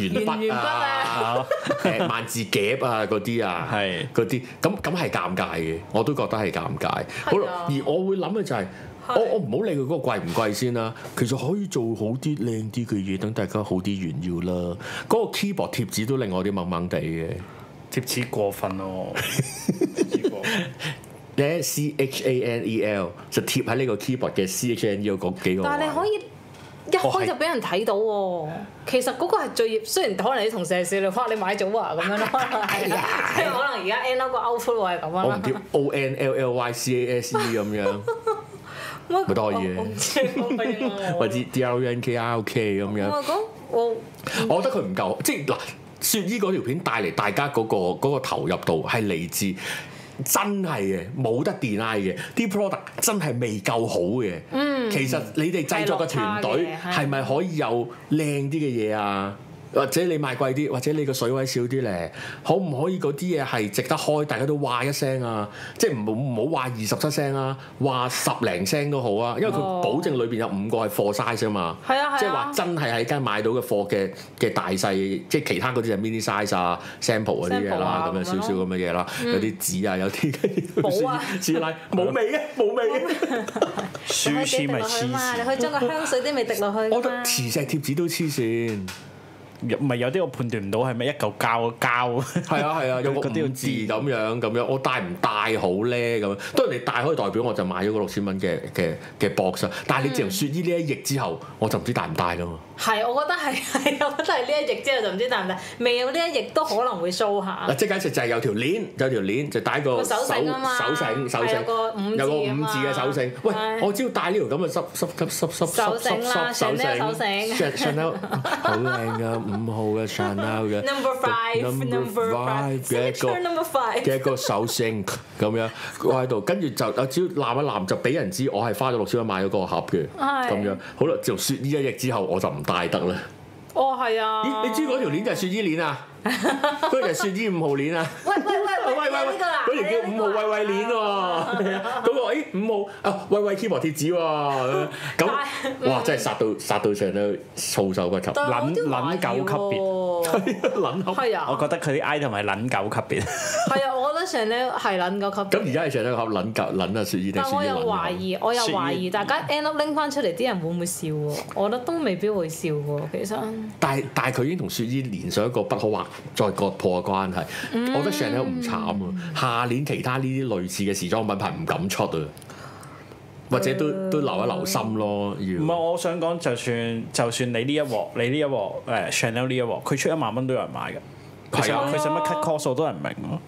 C: 圓
A: 筆
C: 圓筆
A: 啊。
C: 啊，
B: 啊，
A: 誒萬字夾啊嗰啲啊，
B: 係
A: 嗰啲咁咁係尷尬嘅，我都覺得係尷尬。好
C: 啊
A: 啦，而我會諗嘅就係、我我唔好理佢嗰個貴唔貴先啦，其實可以做好啲靚啲嘅嘢，等大家好啲炫耀啦。嗰、個 keyboard 貼紙都令我啲掹掹地嘅，
B: 貼紙過分咯，貼紙過分
A: 咧 C H A N E L 就貼喺呢個 keyboard 嘅 C H A N E L 嗰幾個位。
C: 但係你可以。一開就俾人睇到喎，其實嗰個係最，雖然可能啲同事係笑你，哇！你買早啊咁樣咯，可 能係啊即係可能而家 end up 個 outfit 會係咁樣
A: 我唔
C: 啦。
A: 貼 O N L L Y C A S E 咁 樣，
C: 咪
A: 咪都可以嘅
C: 我唔知我唔知
A: 或者 D R U N K R O K 咁樣。
C: 我講我
A: 我覺得佢唔夠，即係嗱，雪姨嗰條片帶嚟大家嗰、個嗰個投入度係嚟自真係嘅，冇得 deny 嘅，啲 product 真係未夠好嘅。嗯，其實你哋製作嘅團隊
C: 係落差嘅係
A: 係咪可以有靚啲嘅嘢啊？或者你賣貴啲，或者你個水位少啲咧，可唔可以嗰啲嘢係值得開？大家都話一聲啊，即係唔好唔好話二十七聲啊，話十零聲都好啊，因為佢
C: 哦
A: 保證裏邊有五個係 for size 啊嘛。
C: 係啊係啊
A: 即係話真係喺間買到嘅貨嘅嘅大細，即係其他嗰啲就 mini size 啊、sample 嗰啲嘢
C: sample
A: 啦，
C: 啊
A: 咁樣
C: 咁樣
A: 少
C: 咯嗯
A: 少咁嘅嘢啦，有啲紙啊，有啲
C: 冇啊
A: 師奶冇味嘅，冇味嘅。
B: 書籤咪黐
C: 你可以滴落去嘛，你
B: 線，
C: 可以將個香水啲味滴落去
A: 我覺
C: 㗎
A: 得
C: 嘛。
A: 磁石貼紙都黐線，
B: 唔係有啲我判斷唔到係咪一嚿膠 膠，
A: 係啊係啊，有個
B: 嗰啲要
A: 五字咁樣咁樣，我帶唔帶好咧咁樣？當然你帶可以代表我就買咗個六千蚊嘅嘅嘅 box 啊，但係你自從雪衣呢一役之後，我就唔知帶唔帶啦嘛。
C: 係，我覺得係係，我覺得係呢一役之後就唔知帶唔帶，未有呢一役都可能會 show 下
A: 嗱，。即係簡直就係有條鏈，有條鏈就戴個
C: 啊個手繩啊嘛
A: 手繩手
C: 係
A: 繩
C: 有個五字
A: 有個
C: 啊
A: 五
C: 嘛
A: 字嘅手繩。喂
C: 唉，
A: 我只要戴呢條咁嘅濕濕濕濕濕濕
C: 手
A: 濕
C: 繩
A: 濕
C: 啦
A: 手
C: Chanel
A: 繩
C: 手繩
A: ，Chan- Chanel 好靚 嘅五號嘅 Chanel 嘅
C: Number five，number
A: number five
C: five，
A: 嘅一
C: signature
A: 個
C: number five。
A: 嘅一個手繩咁樣，我喺度，跟住就我只要攬一攬就俾人知我係花咗六千蚊買咗嗰個盒嘅，
C: 係
A: 咁樣好啦。自從雪衣一役之後，我就唔戴得啦。
C: 哦，係啊。
A: 咦，你知嗰條鏈就係雪衣鏈 啊？嗰條就係雪衣五號鏈啊？
C: 喂喂
A: 喂
C: 喂
A: 喂喂，
C: 呢個啦，
A: 嗰條叫
C: 呢
A: 五
C: 個啊
A: 號
C: 啦
A: 喂喂鏈喎， 嗰個誒五號啊喂喂 keyboard 貼紙喎，咁
C: 嗯
A: 哇真係殺到殺到上都措手不及，
C: 但係我都
B: 撚撚狗級
C: 懷疑喎
A: 撚口。
C: 係啊
B: 我，覺得佢啲 item 係撚狗級別。
C: 係啊，我覺得上咧係撚個級別。
A: 咁而家係上得個盒撚夾撚啊，雪衣定
C: 但
A: 雪
C: 我
A: 衣
C: 又
A: 撚
C: 懷
A: 啊？
C: 疑，我又
B: 雪
C: 懷疑
B: 耳
C: 大家 end up 拎翻出嚟啲人會唔會笑喎？我覺得都未必會笑喎，其實。
A: 但係但係佢已經同雪衣連上一個不可或再割破嘅關係，我覺得 Chanel 唔慘
C: 嗯
A: 啊，下年其他呢啲類似嘅時裝品牌唔敢出啊，或者都
C: 嗯
A: 都留一留心咯，
B: 唔係，
A: 要
B: 我想講，就算就算你呢一鑊，你呢一鑊誒 Chanel 呢一鑊，佢出一萬蚊都有人買嘅。佢使
A: 係啊
B: 佢使乜 cut cost 我都係唔明咯。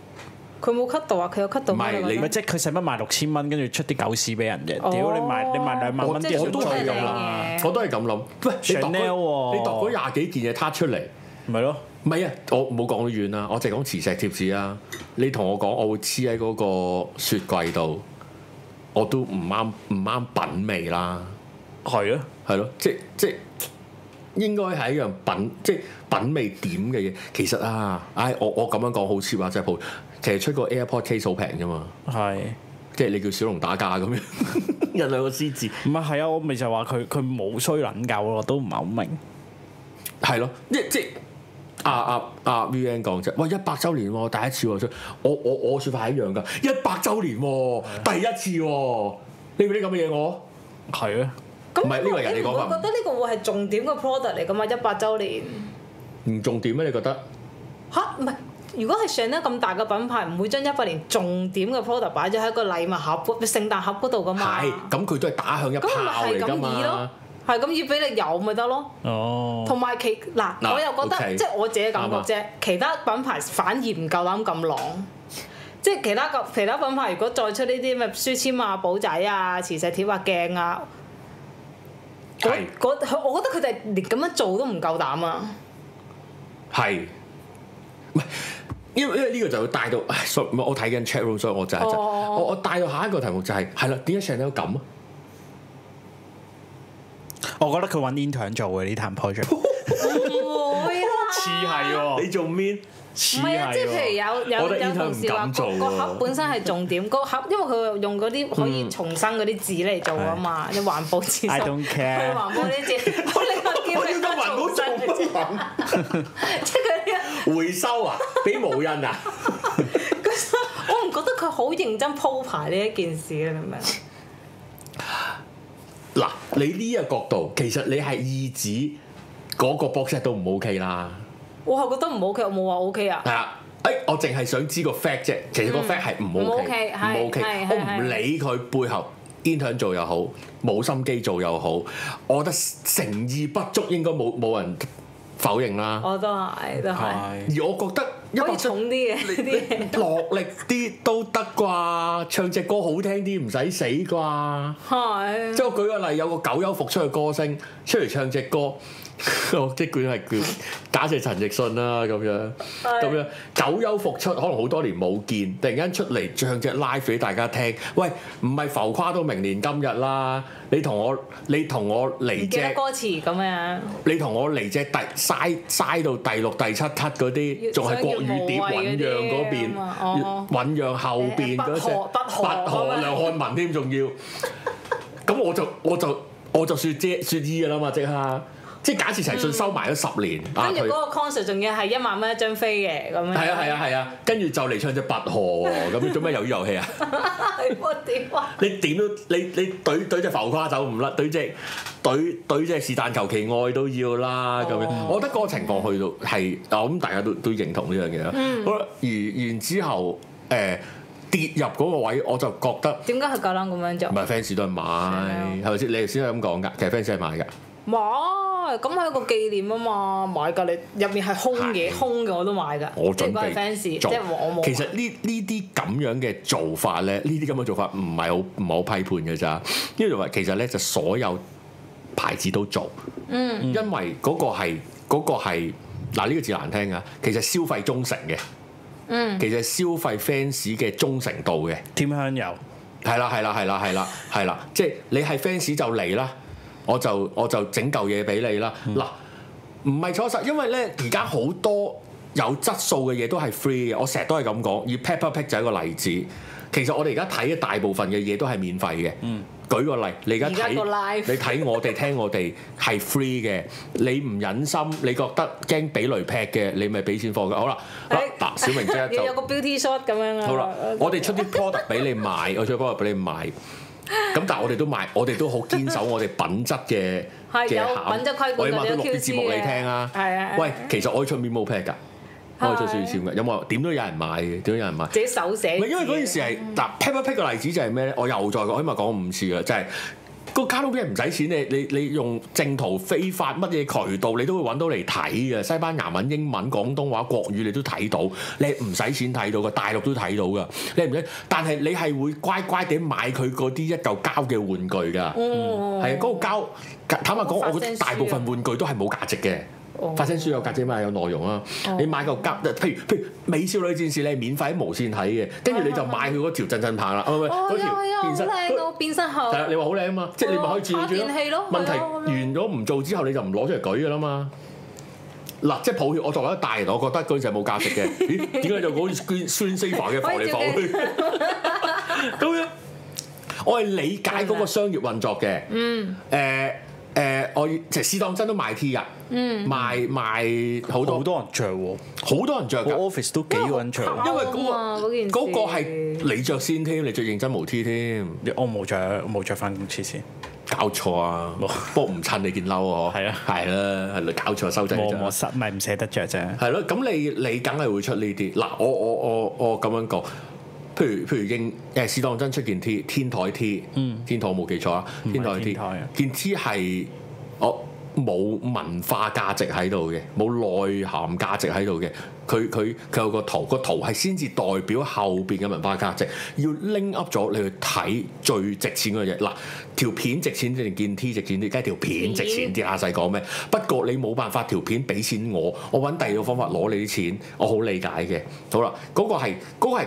C: 佢冇 cut 到啊，佢有 cut 到
A: 唔
C: 咩。
A: 係
C: 覺
A: 你
C: 得
B: 咪即係佢使乜賣六千蚊，跟住出啲狗屎俾人嘅？
C: 哦
B: 屌你賣你賣兩萬蚊
A: 即
B: 啲
A: 係
B: 人
A: 我都係
B: 都追啊
A: 咁
B: 㗎啦，
A: 諗，
C: 嘅
A: 我都係咁諗。喂，你度
B: Chanel
A: 嗰
B: 喎
A: 你度嗰廿幾件嘢撻出嚟，
B: 咪咯？
A: 唔係啊！我唔好講到遠啦，我淨係講磁石貼紙啊。你同我講，我會黐喺嗰個雪櫃度，我都唔啱唔啱品味啦，
B: 係咯，
A: 係咯，即即。應該係一樣品，即係品味點嘅嘢。其實啊，唉，我我咁樣講好 cheap 啊，真係好。其實出個 AirPod case 好平啫嘛，
B: 係。
A: 即係你叫小龍打架咁樣，印兩個獅字。
B: 唔係係啊，我咪就話佢佢冇衰撚夠咯，我都唔係好明。
A: 係咯，即即啊啊啊 V N 講啫，喂一百週年喎，第一次喎，我我我説法係一樣㗎，一百週年喎，第一次喎，你俾啲咁嘅嘢我，
B: 係啊，
C: 咁
A: 唔係呢個人
C: 你
A: 哋講
C: 唔會
A: 法
C: 覺得呢個會係重點嘅 product 嚟㗎嘛？一百週年
A: 唔重點咩？你覺得？
C: 吓，唔係。如果係上得咁大嘅品牌，唔會將一百年重點嘅 product 擺咗喺個禮物盒、聖誕盒嗰度㗎嘛？
A: 係，咁佢都係打向一炮
C: 啊咁咪
A: 嚟
C: 係
A: 㗎
C: 咁以咯
A: 嘛。
C: 係咁要俾你有咪得咯。
B: 哦，
C: 同埋其嗱，
A: 嗱
C: 我又覺
A: OK，啊
C: 得即係我自己感覺啫，其他品牌反而唔夠膽咁狼。即係其他個其他品牌，如果再出呢啲咩書籤啊、簿仔啊、磁石貼啊、鏡啊，嗰
A: 係
C: 嗰佢我覺得佢哋連咁樣做都唔夠膽啊！
A: 係，唔係因為因為呢個就帶到，唉，sorry，唔係我睇緊 chat room，所以我就係就
C: 哦
A: 我我帶到下一個題目就係係啦，點解 Chanel 咁啊？
B: 我覺得佢揾 intern 做嘅呢壇 project，
C: 唔會啊！
B: 似係喎，
A: 你做 mean
B: 似
C: 唔係啊，即係譬如
B: 係喎。
C: 有
A: 我覺
C: 有
A: 得
C: 有
A: intern
C: 同事話
A: 唔敢
C: 個
A: 做
C: 個
A: 喎
C: 盒本身係重點，嗯個盒因為佢用嗰啲可以重生嗰啲紙嚟做啊嘛，啲環保紙
B: I don't
C: 佢
B: care
C: 環。保啲紙， 我你個叫
A: 我要
C: 佢
A: 個
C: 都
A: 環保 做
C: 重生嘅紙
A: 乜撚
C: 即係佢呢
A: 回收啊？俾無印啊？
C: 佢我唔覺得佢好認真鋪排呢一件事啊，你明唔 明？
A: 嗱，你呢個角度其實你係意指嗰個 box set 都唔 OK 啦。
C: 我係覺得唔 OK，我冇話 OK 啊。
A: 係啊，誒，我淨係想知個 fact 啫，其實個 fact 係唔
C: 嗯唔
A: OK，
C: OK，
A: 唔
C: 係
A: OK，
C: 係係
A: 我唔理佢背後 intern 做又好，冇心機做又好，我覺得誠意不足應該冇冇人否認啦。
C: 我都係，都係。
B: 係
A: 而我覺得一
C: 可以
A: 個真
C: 重啲嘅
A: 你
C: 啲嘢
A: 你落力啲都得啩，唱隻歌好聽啲唔使死啩。
C: 係啊
A: 即係我舉個例，有個久休復出嘅歌星 出嚟唱隻歌，我即管係叫假設陳奕迅啦咁樣，
C: 係
A: 咁樣久休復出，可能好多年冇見，突然間出嚟唱隻 live 俾大家聽，喂，唔係浮誇到明年今日啦，你同我你同我
C: 唔
A: 嚟
C: 記得
A: 隻，
C: 歌詞咁樣，
A: 你同我嚟隻第嘥嘥到第六第七輯嗰啲，仲係國語碟醖釀嗰邊，
C: 要哦
A: 醖釀後邊嗰隻
C: 北河北河
A: 北河梁漢文添，仲要。咁我就我就我就説遮説醫噶啦嘛，即刻。即係假設陳奕迅收埋咗十年，啊
C: 嗯跟住
A: 佢
C: 嗰個 concert 仲要係一萬蚊一張飛嘅咁樣。
A: 係啊係啊係啊，跟住就嚟唱隻《拔河》喎，咁你做咩魷魚遊戲啊？
C: 係我點啊？
A: 你點都你你懟懟隻浮誇走唔甩，懟隻懟懟隻是但求其愛都要啦咁樣。
C: 哦
A: 我覺得嗰個情況去到係，我諗大家都都認同呢樣嘢啦。
C: 嗯
A: 好啦，而然之後誒、跌入嗰個位，我就覺得
C: 點解佢夠膽咁樣做
A: 唔？係 fans 都係買，
C: 啊
A: 係咪先？你頭先係咁講㗎，其實 fans 係買㗎。
C: 買，咁係一個紀念啊嘛，買㗎你入面係空
A: 係
C: 嘅，空嘅我都買㗎。
A: 我
C: 即係
A: 準
C: 如果係
A: 備
C: fans，即
A: 做
C: 係我冇。
A: 其實呢呢啲咁樣嘅做法咧，呢啲咁嘅做法唔係好唔係好批判嘅咋，因為其實咧就所有牌子都做，
C: 嗯，
A: 因為嗰個係嗰、個係嗱呢個字難聽啊，其實消費忠誠嘅，
C: 嗯，
A: 其實消費 fans 嘅忠誠度嘅，
B: 添香油，
A: 係啦係啦係啦係啦係啦，即係你係 fans 就嚟啦，我就我就整嚿嘢俾你啦，嗱、唔係錯實，因為咧而家好多有質素嘅嘢都係 free 嘅，我成日都係咁講。以 Peppa Pig 就係一個例子。其實我哋而家睇嘅大部分嘅嘢都係免費嘅。嗯，舉個例，你而家
C: 而家個
A: 睇
C: live
A: 你睇我哋聽我哋係 free 嘅，你唔忍心，你覺得驚俾雷劈嘅，你咪俾錢貨嘅。好啦，嗱
C: 誒
A: 嗱，小明姐
C: 要
A: 就
C: 有個 beauty shot 咁樣啊。
A: 好啦，我哋出啲 product 俾你買，我出 product 俾你買。咁但係我哋都買，我哋都好堅守我哋品質嘅
C: 係
A: 嘅
C: 有
A: 餡
C: 品質規管
A: 我哋
C: 㗎
A: 擘
C: 有
A: 都錄啲
C: QC
A: 節目你
C: 嘅
A: 聽啊。
C: 係啊係啊
A: 喂，其實我可以出面冇 pack 㗎，我可以出少
C: 係
A: 少嘅，有冇？點都有人買嘅，點都有人買。
C: 自己手寫
A: 唔係
C: 字啊嘅。
A: 因為嗰件事係嗱 p a p e r p i c 嘅例子就係咩咧？我又再講，起碼講五次啦，就係、個卡拉 OK 唔使錢，你你你用正途非法乜嘢渠道，你都會揾到嚟睇嘅。西班牙文、英文、廣東話、國語你都睇到，你係唔使錢睇到嘅，大陸都睇到嘅，你係唔使。但係你係會乖乖地買佢嗰啲一嚿膠嘅玩具㗎。
C: 哦，
A: 係啊，嗰個膠坦白講，
C: 發聲啊
A: 我覺得大部分玩具都係冇價值嘅。
C: 哦
A: 發聲書有價值嘛，有內容啊！
C: 哦
A: 你買嚿膠，譬如譬如美少女戰士，你係免費喺無線睇嘅，跟住你就買佢嗰條震震棒啦，啊唔係
C: 哦，
A: 嗰
C: 係
A: 條
C: 啊係啊，好
A: 變身。
C: 靚啊！
A: 嗰
C: 我變身後
A: 係啊，你話好靚啊嘛，即係你咪可以轉轉
C: 哦插電器咯
A: 問題
C: 係啊好靚
A: 完咗唔做之後，你就唔攞出嚟舉噶啦嘛。嗱，即係抱歉，我作為一個大人，我覺得嗰陣係冇價值嘅。 咦？點解就好似 Green Green Saver 嘅浮嚟浮去咁樣？我係理解嗰個商業運作嘅。嗯。誒誒，我即係試當真都賣 T 㗎。嗯。賣賣好
B: 好
A: 多
B: 多人着喎，
A: 好多人着
B: 個
A: 㗎。
B: office 都幾個人着喎。
A: 因為嗰
C: 啱啊
A: 個
C: 哦嗰件事
A: 嗰個係你着先添，你着認真無 T 添。
B: 我冇着，我冇着翻工黐線。
A: 搞錯啊！不過唔襯你件褸啊，嗬
B: 係啊
A: 係啦，係啦，搞錯收仔
B: 冇
A: 啫
B: 冇。失，咪唔捨得着啫。
A: 係咯，咁你你梗係會出呢啲嗱，我我我我咁樣講，譬如譬如應誒試當真出件 T 天台 T，
B: 嗯
A: 天台我冇記錯啊，
B: 唔係
A: 天台 T
B: 天台啊
A: 件 T 係我冇文化價值喺度嘅，冇內涵價值喺度嘅，佢佢佢有個圖，個圖係先至代表後邊嘅文化價值，要拎 up 咗你去睇最值錢嗰樣嘢。嗱，條片值錢定件 T 值錢啲，梗係條片值錢啲啦，細講咩？不過你冇辦法條片俾錢我，我揾第二個方法攞你啲錢，我好理解嘅。好啦，嗰、個係嗰、個係。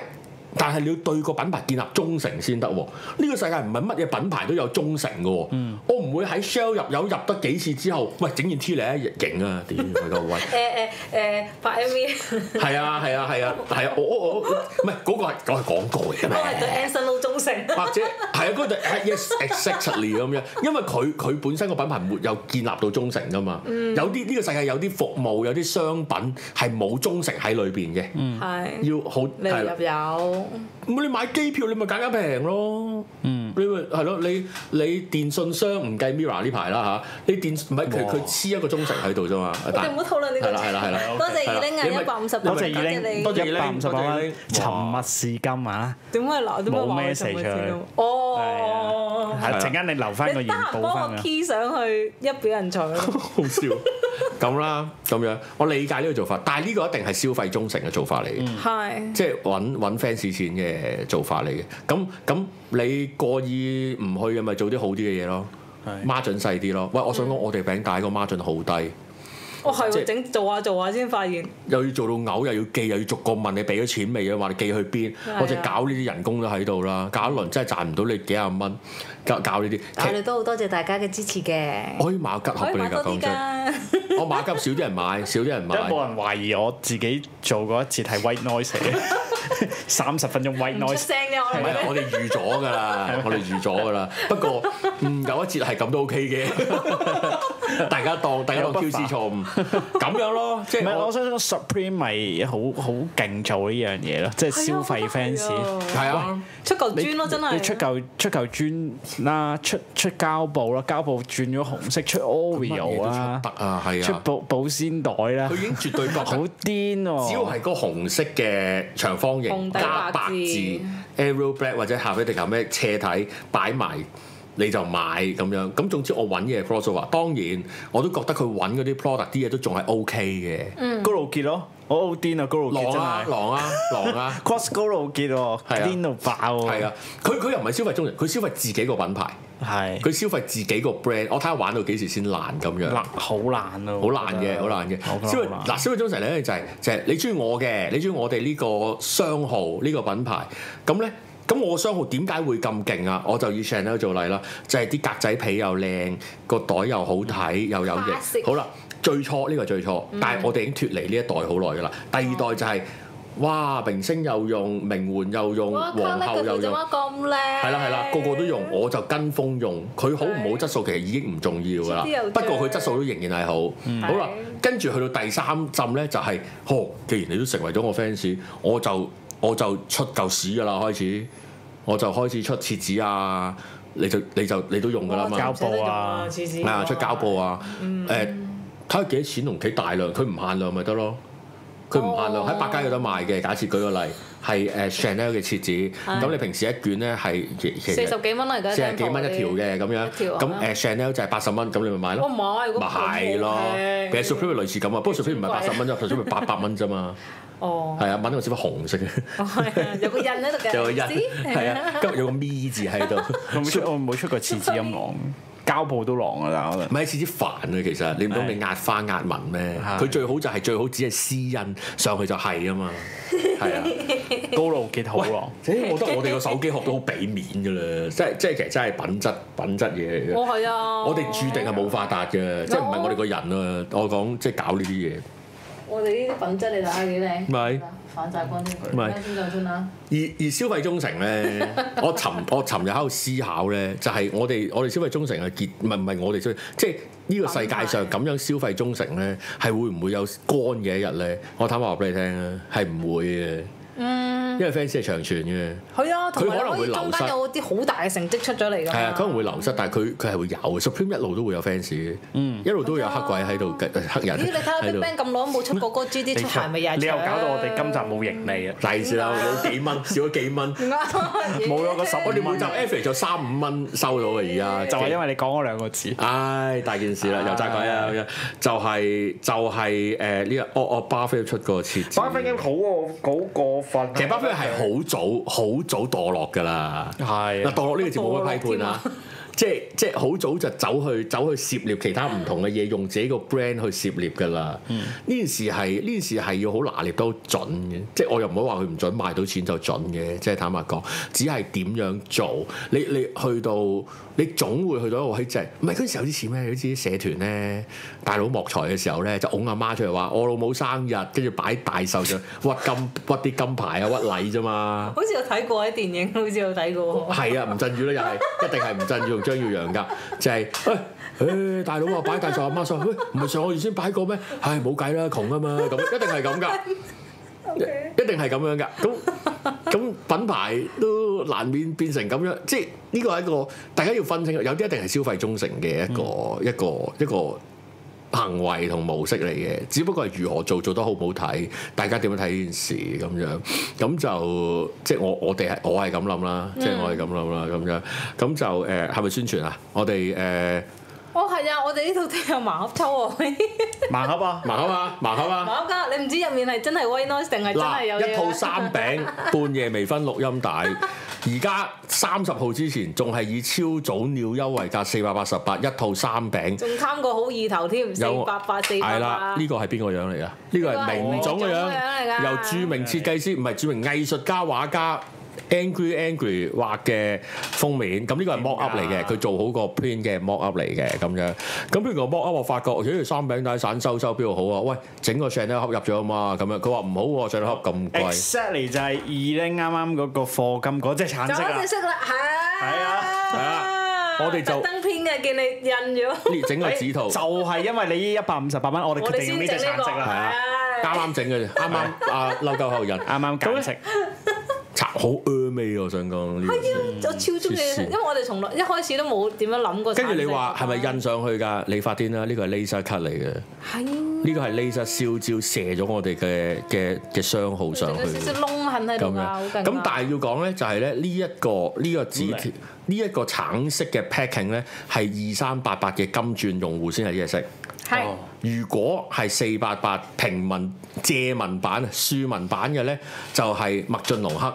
A: 但係你要對個品牌建立忠誠先得喎。呢、個世界唔係乜嘢品牌都有忠誠嘅喎。我唔會喺 Shell 入油入得幾次之後，喂整件 T 嚟一勁啊！屌佢個 位！
C: 誒誒誒拍 MV，
A: 係啊係啊係啊係啊！我我我唔係嗰個係嗰個係廣告嚟嘅
C: 我係對
A: 咩？
C: Anson Lo 忠誠。
A: 或者係啊，嗰對 yes exactly 咁樣，因為佢佢本身個品牌沒有建立到忠誠噶嘛。
C: 嗯
A: 有啲呢、個世界有啲服務有啲商品係冇忠誠喺裏邊嘅，
C: 係
A: 要好
C: 嗯你
A: 係啦
C: 入油，
A: 咁你買機票你咪揀緊平咯，嗯，你咪係咯，你你電信商唔計 Mira 呢排啦嚇，你電唔係佢
B: 哇
A: 佢黐一個忠誠喺度啫嘛，
C: 我哋唔好討論呢個
A: 係啦係啦係啦
C: 主題多謝二零
A: 係啦
C: 啊，一百五十，
B: 多謝二
C: 你
B: 零，
A: 多謝二零
B: 一百五十
A: 多謝二
B: 八
A: 零
B: 蚊，沉默是金啊！
C: 點解留點解話
B: 冇
C: 我
B: message
C: 沉
B: 佢
C: 默先 à. 哦，
B: 係
A: 啊
B: 陣間你留翻個
C: 你
B: 言
C: 得閒
B: 報
C: 幫
B: 翻
C: 我
B: 啊！
C: key 上去一表人才咯。
A: 好笑咁啦咁樣，我理解呢個做法，但係呢個一定係消費忠誠嘅做法嚟
C: 嗯
A: 嘅。
C: 係，
A: 即係揾揾 fans 錢嘅做法嚟嘅，咁咁你過意唔去嘅咪做啲好啲嘅嘢咯
B: 係，
A: 孖準細啲咯。喂，我
C: 嗯
A: 想講我哋餅帶個孖準好低，
C: 我係
A: 即
C: 喎
A: 係
C: 整做下做下先發現，
A: 又要做到嘔，又要記，又要逐個問你俾咗錢未啊？話你寄去邊
C: 係啊？
A: 我就搞呢啲人工都喺度啦，搞一輪真係賺唔到你幾廿蚊，搞搞呢啲。
C: 但係
A: 其
C: 你都好多謝大家嘅支持嘅，
A: 我可以馬吉盒
C: 可以
A: 俾你
C: 買
A: 㗎，
C: 多
A: 講
C: 啲
A: 真，
C: 㗎。
A: 我馬吉少啲人買，少啲人
B: 因為
A: 買。
B: 冇人懷疑我自己做過一次係 white noise 嚟嘅，三十分鐘 white
C: 唔出
B: noise
C: 聲嘅我
A: 唔係，
C: 哋。
A: 我哋預咗㗎啦，我哋預咗㗎啦。不過，嗯，有一節係咁都 OK 嘅，大家當大家當 Q
B: 有不
A: C
B: 法
A: 錯誤咁樣咯，即
B: 唔
A: 係
B: 係，我
A: 我
B: 相信 Supreme 咪好好勁做呢樣嘢咯，即係消費
C: ờ,
B: fans。
A: 係啊，
C: 出嚿
B: 你
C: 磚咯，真係
B: 你出嚿出嚿磚啦，出出膠布啦，膠布轉咗紅色，出
A: 乜嘢
B: Oreo
A: 都
B: 啦
A: 出，得啊，係
B: 出
A: 啊，
B: 保保鮮袋啦
A: 佢，已經絕對覺
B: 好
A: 得
B: 癲。喎！
A: 只要係嗰個紅色嘅長方形
C: 紅底
A: 加白
C: 白字
A: 字 Aero Black 或者夏威夷球咩斜體擺埋。你就買咁樣，咁總之我揾嘢 crossover，當然我都覺得佢揾嗰啲 product 啲嘢都仲係 OK 嘅，
B: 高露潔咯，我好癲啊！高露
A: 狼
B: 潔嗯真
A: 啊
B: 係
A: 狼啊狼啊！
B: cross 高露潔喎，
A: 係啊
B: 癲到爆喎！
A: 係啊，佢佢又唔係消費中人，佢消費自己個品牌，
B: 係，
A: 佢消費自己個 brand。我睇下玩到幾時先爛咁樣，
B: 難好難啊！
A: 好爛嘅，好爛嘅。消費嗱，
B: 嗱，
A: 消費中人咧就係就係你中意我嘅，你中意我哋呢個商號呢個品牌，咁咧。咁我個商號點解會咁勁啊？我就以 Chanel 做例啦，就係啲格仔皮又靚，個袋又好睇，又有型。
C: Classic 嗯
A: 好啦，最初呢個最初，但係我哋已經脱離呢一代好耐㗎啦。第二代就係、哇，明星又用，名媛又用，
C: 哇！
A: 皇
C: 卡
A: 后
C: 叻
A: 又
C: 嘅佢做
A: 用。
C: 乜咁靚？
A: 係啦係啦，個個都用，我就跟風用。佢好唔好
C: 係
A: 質素其實已經唔重要㗎啦
C: 知啲又。嗯
A: 不過佢質素都仍然係好。好啦，跟住去到第三浸咧就係、哦，既然你都成為咗我 fans，我就我就出嚿屎㗎啦，開始我就開始出廁紙啊，你就你就你都用㗎啦
C: 哦
A: 嘛。
B: 膠布啊
C: 廁紙
A: 啊，出膠布啊，
C: 嗯
A: 誒睇下幾多錢同幾大量，佢唔限量咪得咯。佢唔限量
C: 哦
A: 喺百佳有得賣嘅。假設舉個例係誒 Chanel 嘅設置，咁你平時一卷咧係其其
C: 四
A: 實
C: 十幾蚊啦，而家
A: 四十幾蚊一條嘅咁樣
C: 一，條啊
A: 咁誒 Chanel 就係八十蚊，咁你咪買
C: 我
A: 咯。
C: 唔係，如
A: 咪
C: 果
A: 係咯，其實 Supreme 類似咁啊，不過 Supreme 唔係八十 蚊啫，Supreme 八百蚊啫嘛，
C: 哦，
A: 係啊，問我只不過 紅色嘅，
C: 係 啊有個印喺度嘅，
A: 有個印，
C: 知
A: 係啊，今日有個咪字喺度。
B: 我冇出我冇出過廁紙咁狼，膠布都狼噶啊啦，可能
A: 唔。係似啲煩啊，其實你唔通你壓花壓紋咩？
B: 係
A: 佢最好就係最好只係私印上去就係啊嘛，係啊。
B: 高露潔好狼，
A: 誒，我覺得我哋個手機學到好俾面㗎啦，即係即係其實真係品質品質嘢嚟
C: 我
A: 嘅。
C: 係啊，
A: 我哋注定係冇發達
C: 哦
A: 嘅，即係唔係我哋個人啊！我講即係搞呢啲嘢。
C: 我哋呢啲品質你睇下幾靚，
A: 咪
C: 反晒光添佢，
A: 咪
C: 咩先再穿啦，
A: 而而消費忠誠 咧，我尋我尋日喺度思考咧，就係、我哋我哋消費忠誠嘅結，唔係唔係我哋消費，即係呢個世界上咁樣消費忠誠咧，係會唔會有乾嘅一日咧？我坦白話俾你聽啊，係唔會嘅。
C: 嗯
A: 因為 fans 係長存嘅。
C: 係啊，同埋
A: 佢可
C: 你
A: 能
C: 可
A: 會
C: 以
A: 流
C: 中間
A: 失
C: 有啲好大嘅成績出咗嚟㗎
A: 係啊，
C: 嘛。
A: 可能會流失，但係佢佢係會有嘅 Supreme 一路都會有 fans 嘅，一路都有黑鬼喺度，黑人
C: 哦咦，你睇下
A: 喺
C: Big
A: 度。
C: Bang 咁耐都冇出 過嗰個 GD 出鞋咪又係
B: 你又
C: 搶
B: 搞到我 哋今集冇盈利啊！
A: 大事啦，冇幾蚊，少咗幾蚊。
B: 冇咗個十
A: 我哋每
B: 蚊
A: 集 average 就三五蚊收到嘅而
B: 就
A: 家，
B: 係因
A: 為
B: 為你講嗰兩個字，
A: 唉大件事啦，又責鬼啊咁樣，就係就係誒呢個哦哦巴菲特出個設置，
B: 好好過分
A: 其實巴菲特係好早好早墮落㗎啦。
B: 係
A: 嗱，
B: 啊
A: 當落呢個節目嘅批判啦，即係即係好早就走去走去涉獵其他唔同嘅嘢，用自己個 brand 去涉獵㗎啦。
B: 嗯
A: 呢、件事係呢件事係要好拿捏得好準嘅，即係我又唔好話佢唔準賣到錢就準嘅，即係坦白講，只係點樣做。你你去到你總會去到一個位就係唔係嗰陣時有啲似咩？好似啲社團咧，大佬莫財嘅時候咧，就拱阿媽出嚟話我老母生日，跟住擺大壽就屈金屈啲金牌啊屈禮啫嘛。
C: 好似有睇過喺電影，好似 有睇過。
A: 係啊，吳鎮宇咧又係，一 定係吳鎮宇同張耀揚噶，就係、喂，誒、大佬啊，擺大壽阿媽上，喂，唔係上個月先擺過咩？唉，冇計啦，窮啊嘛，咁一定係咁噶， 一定係咁樣噶，咁咁品牌都難免變成咁樣，即係呢個係一個大家要分清，有啲一定係消費忠誠嘅一個、一個一個行為同模式嚟嘅，只不過係如何做，做得好唔好睇，大家點樣睇呢件事咁樣，咁就即係我我哋係我係咁諗啦，即係我係咁諗啦咁樣，咁就誒係咪宣傳啊？我哋誒
C: 哦，係啊，我哋呢度都有盲盒抽喎，
B: 盲盒啊！
A: 盲盒啊，盲盒 啊！
C: 盲盒㗎，你唔知入面係真係 white noise 定係真係有
A: 嗱，
C: 嘢
A: 一
C: 啊
A: 套三餅，半夜微醺錄音帶，而家三十號之前仲係以超早鳥優惠價四百八十八一套三餅。
C: 仲貪過好意頭添，四
A: 有
C: 百八四
A: 係
C: 百
A: 啦，
C: 八
A: 呢。個係邊個樣嚟噶？呢個係明總嘅
C: 明總嘅樣嚟
A: 樣，
C: 㗎
A: 由著名設計師，唔係著名藝術家畫家 Angry Angry 畫嘅封面。咁呢個係
C: 啊
A: mock up 嚟嘅，佢做好個 print 嘅 mock up 嚟嘅咁樣。咁譬如個 mock up，我發覺咦三餅帶散收收邊度好啊？喂，整個 Chanel 盒入咗啊嘛，咁樣佢話唔好喎，Chanel 盒咁貴。
B: Exactly 就係二拎啱啱嗰個課金嗰隻橙
C: 就
B: 色
C: 開
B: 啊
C: 始！識啦，係
B: 係啊
A: 係啊我哋就
C: 特登編嘅，見你 印咗，
A: 呢整個紙圖
B: 就係因為你呢一百五十八蚊，我哋
C: 我
B: 決
C: 哋
B: 定用呢
C: 先
B: 隻
C: 整呢
B: 橙
C: 個，
B: 色啦，
A: 啊
C: 係哎
A: 啱啱整 嘅啫，啱啱啊嬲鳩後人，
B: 啱啱
A: 咁
B: 減
A: 咧
B: 色。
A: 拆好 a 味喎啊我想講
C: 啊
A: 呢個字。
C: 我超中意，
A: 黐線
C: 因為我哋從來一開始都冇點樣諗過。
A: 跟住你話係咪印？上去㗎？你發癲啦！呢個係 laser cut 嚟嘅，呢
C: 係啊
A: 個係 laser 燒焦射咗我哋嘅嘅嘅傷號上
C: 仲有
A: 去
C: 少少窿痕喺
A: 咁
C: 度㗎，好
A: 樣。
C: 勁啊。
A: 咁但係要講咧，就係咧呢一個呢個紙條呢一個橙色嘅 packing 咧，係二三八八嘅金鑽用戶先係呢隻色。哦
C: 係
A: 如果係四八八平民借文版、庶民版嘅咧，就係麥浚龍黑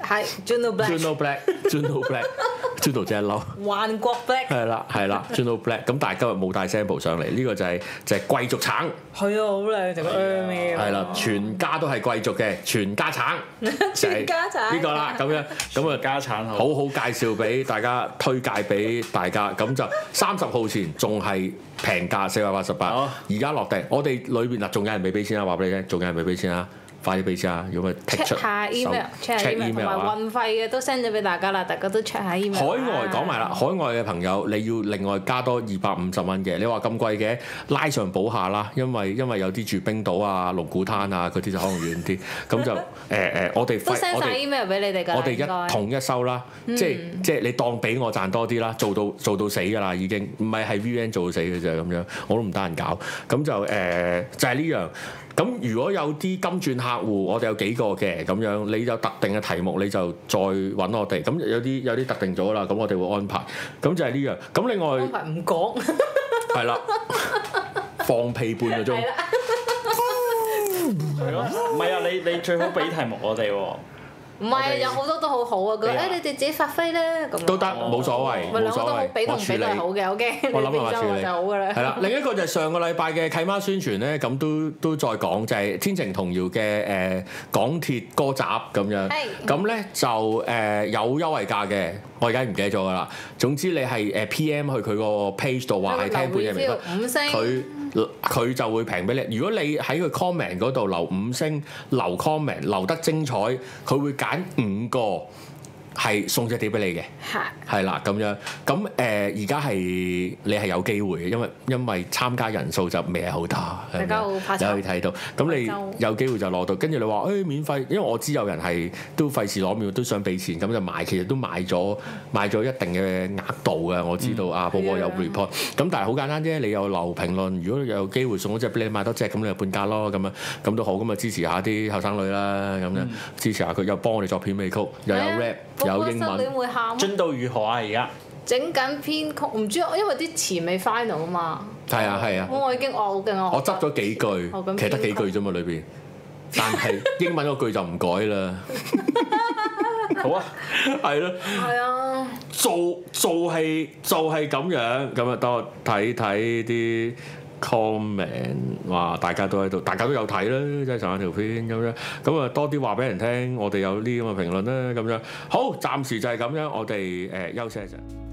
C: 係 Juno Black
A: ，Juno Black，Juno Black，Juno 只嬲。
C: 幻國 Black
A: 係啦，係啦 j o n o Black。咁但係今日冇帶 sample 上嚟，呢、個就係、就係、貴族橙，
C: 係啊，好靚就個 a 咩
A: 係啦，全家都係貴族嘅，全家橙，
C: 全家橙
A: 就係呢個啦，咁樣咁啊。
B: 家產
A: 好好介紹俾大家，推介俾大家，咁就三十號前仲係平價四百八十八
B: 好，
A: 而家落地，我哋裏邊嗱仲有人未俾錢啊，話俾你聽，仲有人未俾錢啊，快啲俾錢啊，如果咪剔出
C: check 下 email，check 下
A: check
C: email，同
A: email
C: 埋
A: 啊。
C: 運費嘅都 send 咗俾大家啦，大家都 check 下 email
A: 海
C: 啊。
A: 外講埋啦，海外嘅朋友你要另外加多二百五十蚊嘅，你話咁貴嘅拉上補下啦，因為因為有啲住冰島啊、龍鼓灘啊嗰啲就可能遠啲，咁就誒誒、呃我哋
C: 都
A: 費
C: send
A: 我
C: 晒
A: 哋
C: email 俾你哋㗎啦，
A: 我哋
C: 應該嗯
A: 一統一收啦，即係即係你當俾我賺多啲啦，做到做到死㗎啦已經，唔係係 VN 做到死嘅啫咁樣，我都唔得閒搞，咁就誒、呃就係呢樣。咁如果有啲金鑽客戶，我哋有幾個嘅咁樣，你有特定嘅題目你就再揾我哋。咁有啲有啲特定咗啦，咁我哋會安排。咁就係呢樣。咁另
C: 安
A: 外
C: 排唔講，
A: 係啦，放屁半個鐘
C: 係。啦。
B: 係咯，唔係啊！你你最好俾題目我哋喎，
C: 唔
B: 我
C: 係，
B: 哋
C: 有好多都好好啊！佢
B: 咩啊
C: 誒，你哋自己發揮啦，咁樣
A: 哎都得冇所謂
C: 唔係
A: 冇
C: 哦兩個
A: 所
C: 都好
A: 謂，
C: 俾同
A: 我處
C: 俾都係
A: 理
C: 好嘅，OK。
A: 我諗下處
C: 我
A: 理
C: 就好噶啦。
A: 係 啦，另一個就係上個禮拜嘅契媽宣傳咧，咁都都再講就係、天晴童謠嘅誒港鐵歌集咁樣
C: 係，
A: 咁咧就誒、呃有優惠價嘅，我而家唔記得咗㗎啦。總之你係誒 PM 去佢個 page 度話係聽半夜微醺。
C: 五星，
A: 佢佢就會平俾你。如果你喺佢 comment 嗰度留五星，留 comment 留得精彩，佢會揀五個係送隻碟俾你嘅。
C: 係
A: 係啦，咁樣咁誒，而家係你係有機會嘅，因為因為參加人數就未係好大，
C: 大家好怕
A: 你
C: 醜
A: 可以睇到。咁
C: 就
A: 你有機會就攞到，跟住你話誒、免費，因為我知有人係都費事攞秒，都想俾錢，咁就買，其實都買咗買咗一定嘅額度嘅，我知道啊，寶寶有
C: 係啊
A: report。咁但係好簡單啫，你有留評論，如果有機會送咗隻俾你買多隻，咁你就半價咯，咁樣咁都好，咁啊支持下啲後生女啦，咁
C: 嗯
A: 樣支持下佢，又幫我哋作片尾曲，又有
C: 啊
A: rap，有英文
C: 失。戀會喊，
B: 進度如何啊？而家
C: 整緊編曲，唔知因為啲詞未 final 啊嘛，
A: 係啊，係啊。
C: 我已經哦我嘅我
A: 我執咗幾句
C: 哦咁，
A: 其實得幾句啫嘛裏邊，但係英文嗰句就唔改啦，
B: 好啊，
A: 係咯，
C: 係啊，
A: 做做係就係咁樣，咁啊等我睇睇啲 comment，哇大家都喺度，大家都有睇啦，即係上一條片咁樣，咁啊多啲話俾人聽，我哋有呢啲咁嘅評論啦，咁樣好，暫時就係咁樣，我哋誒、休息一陣。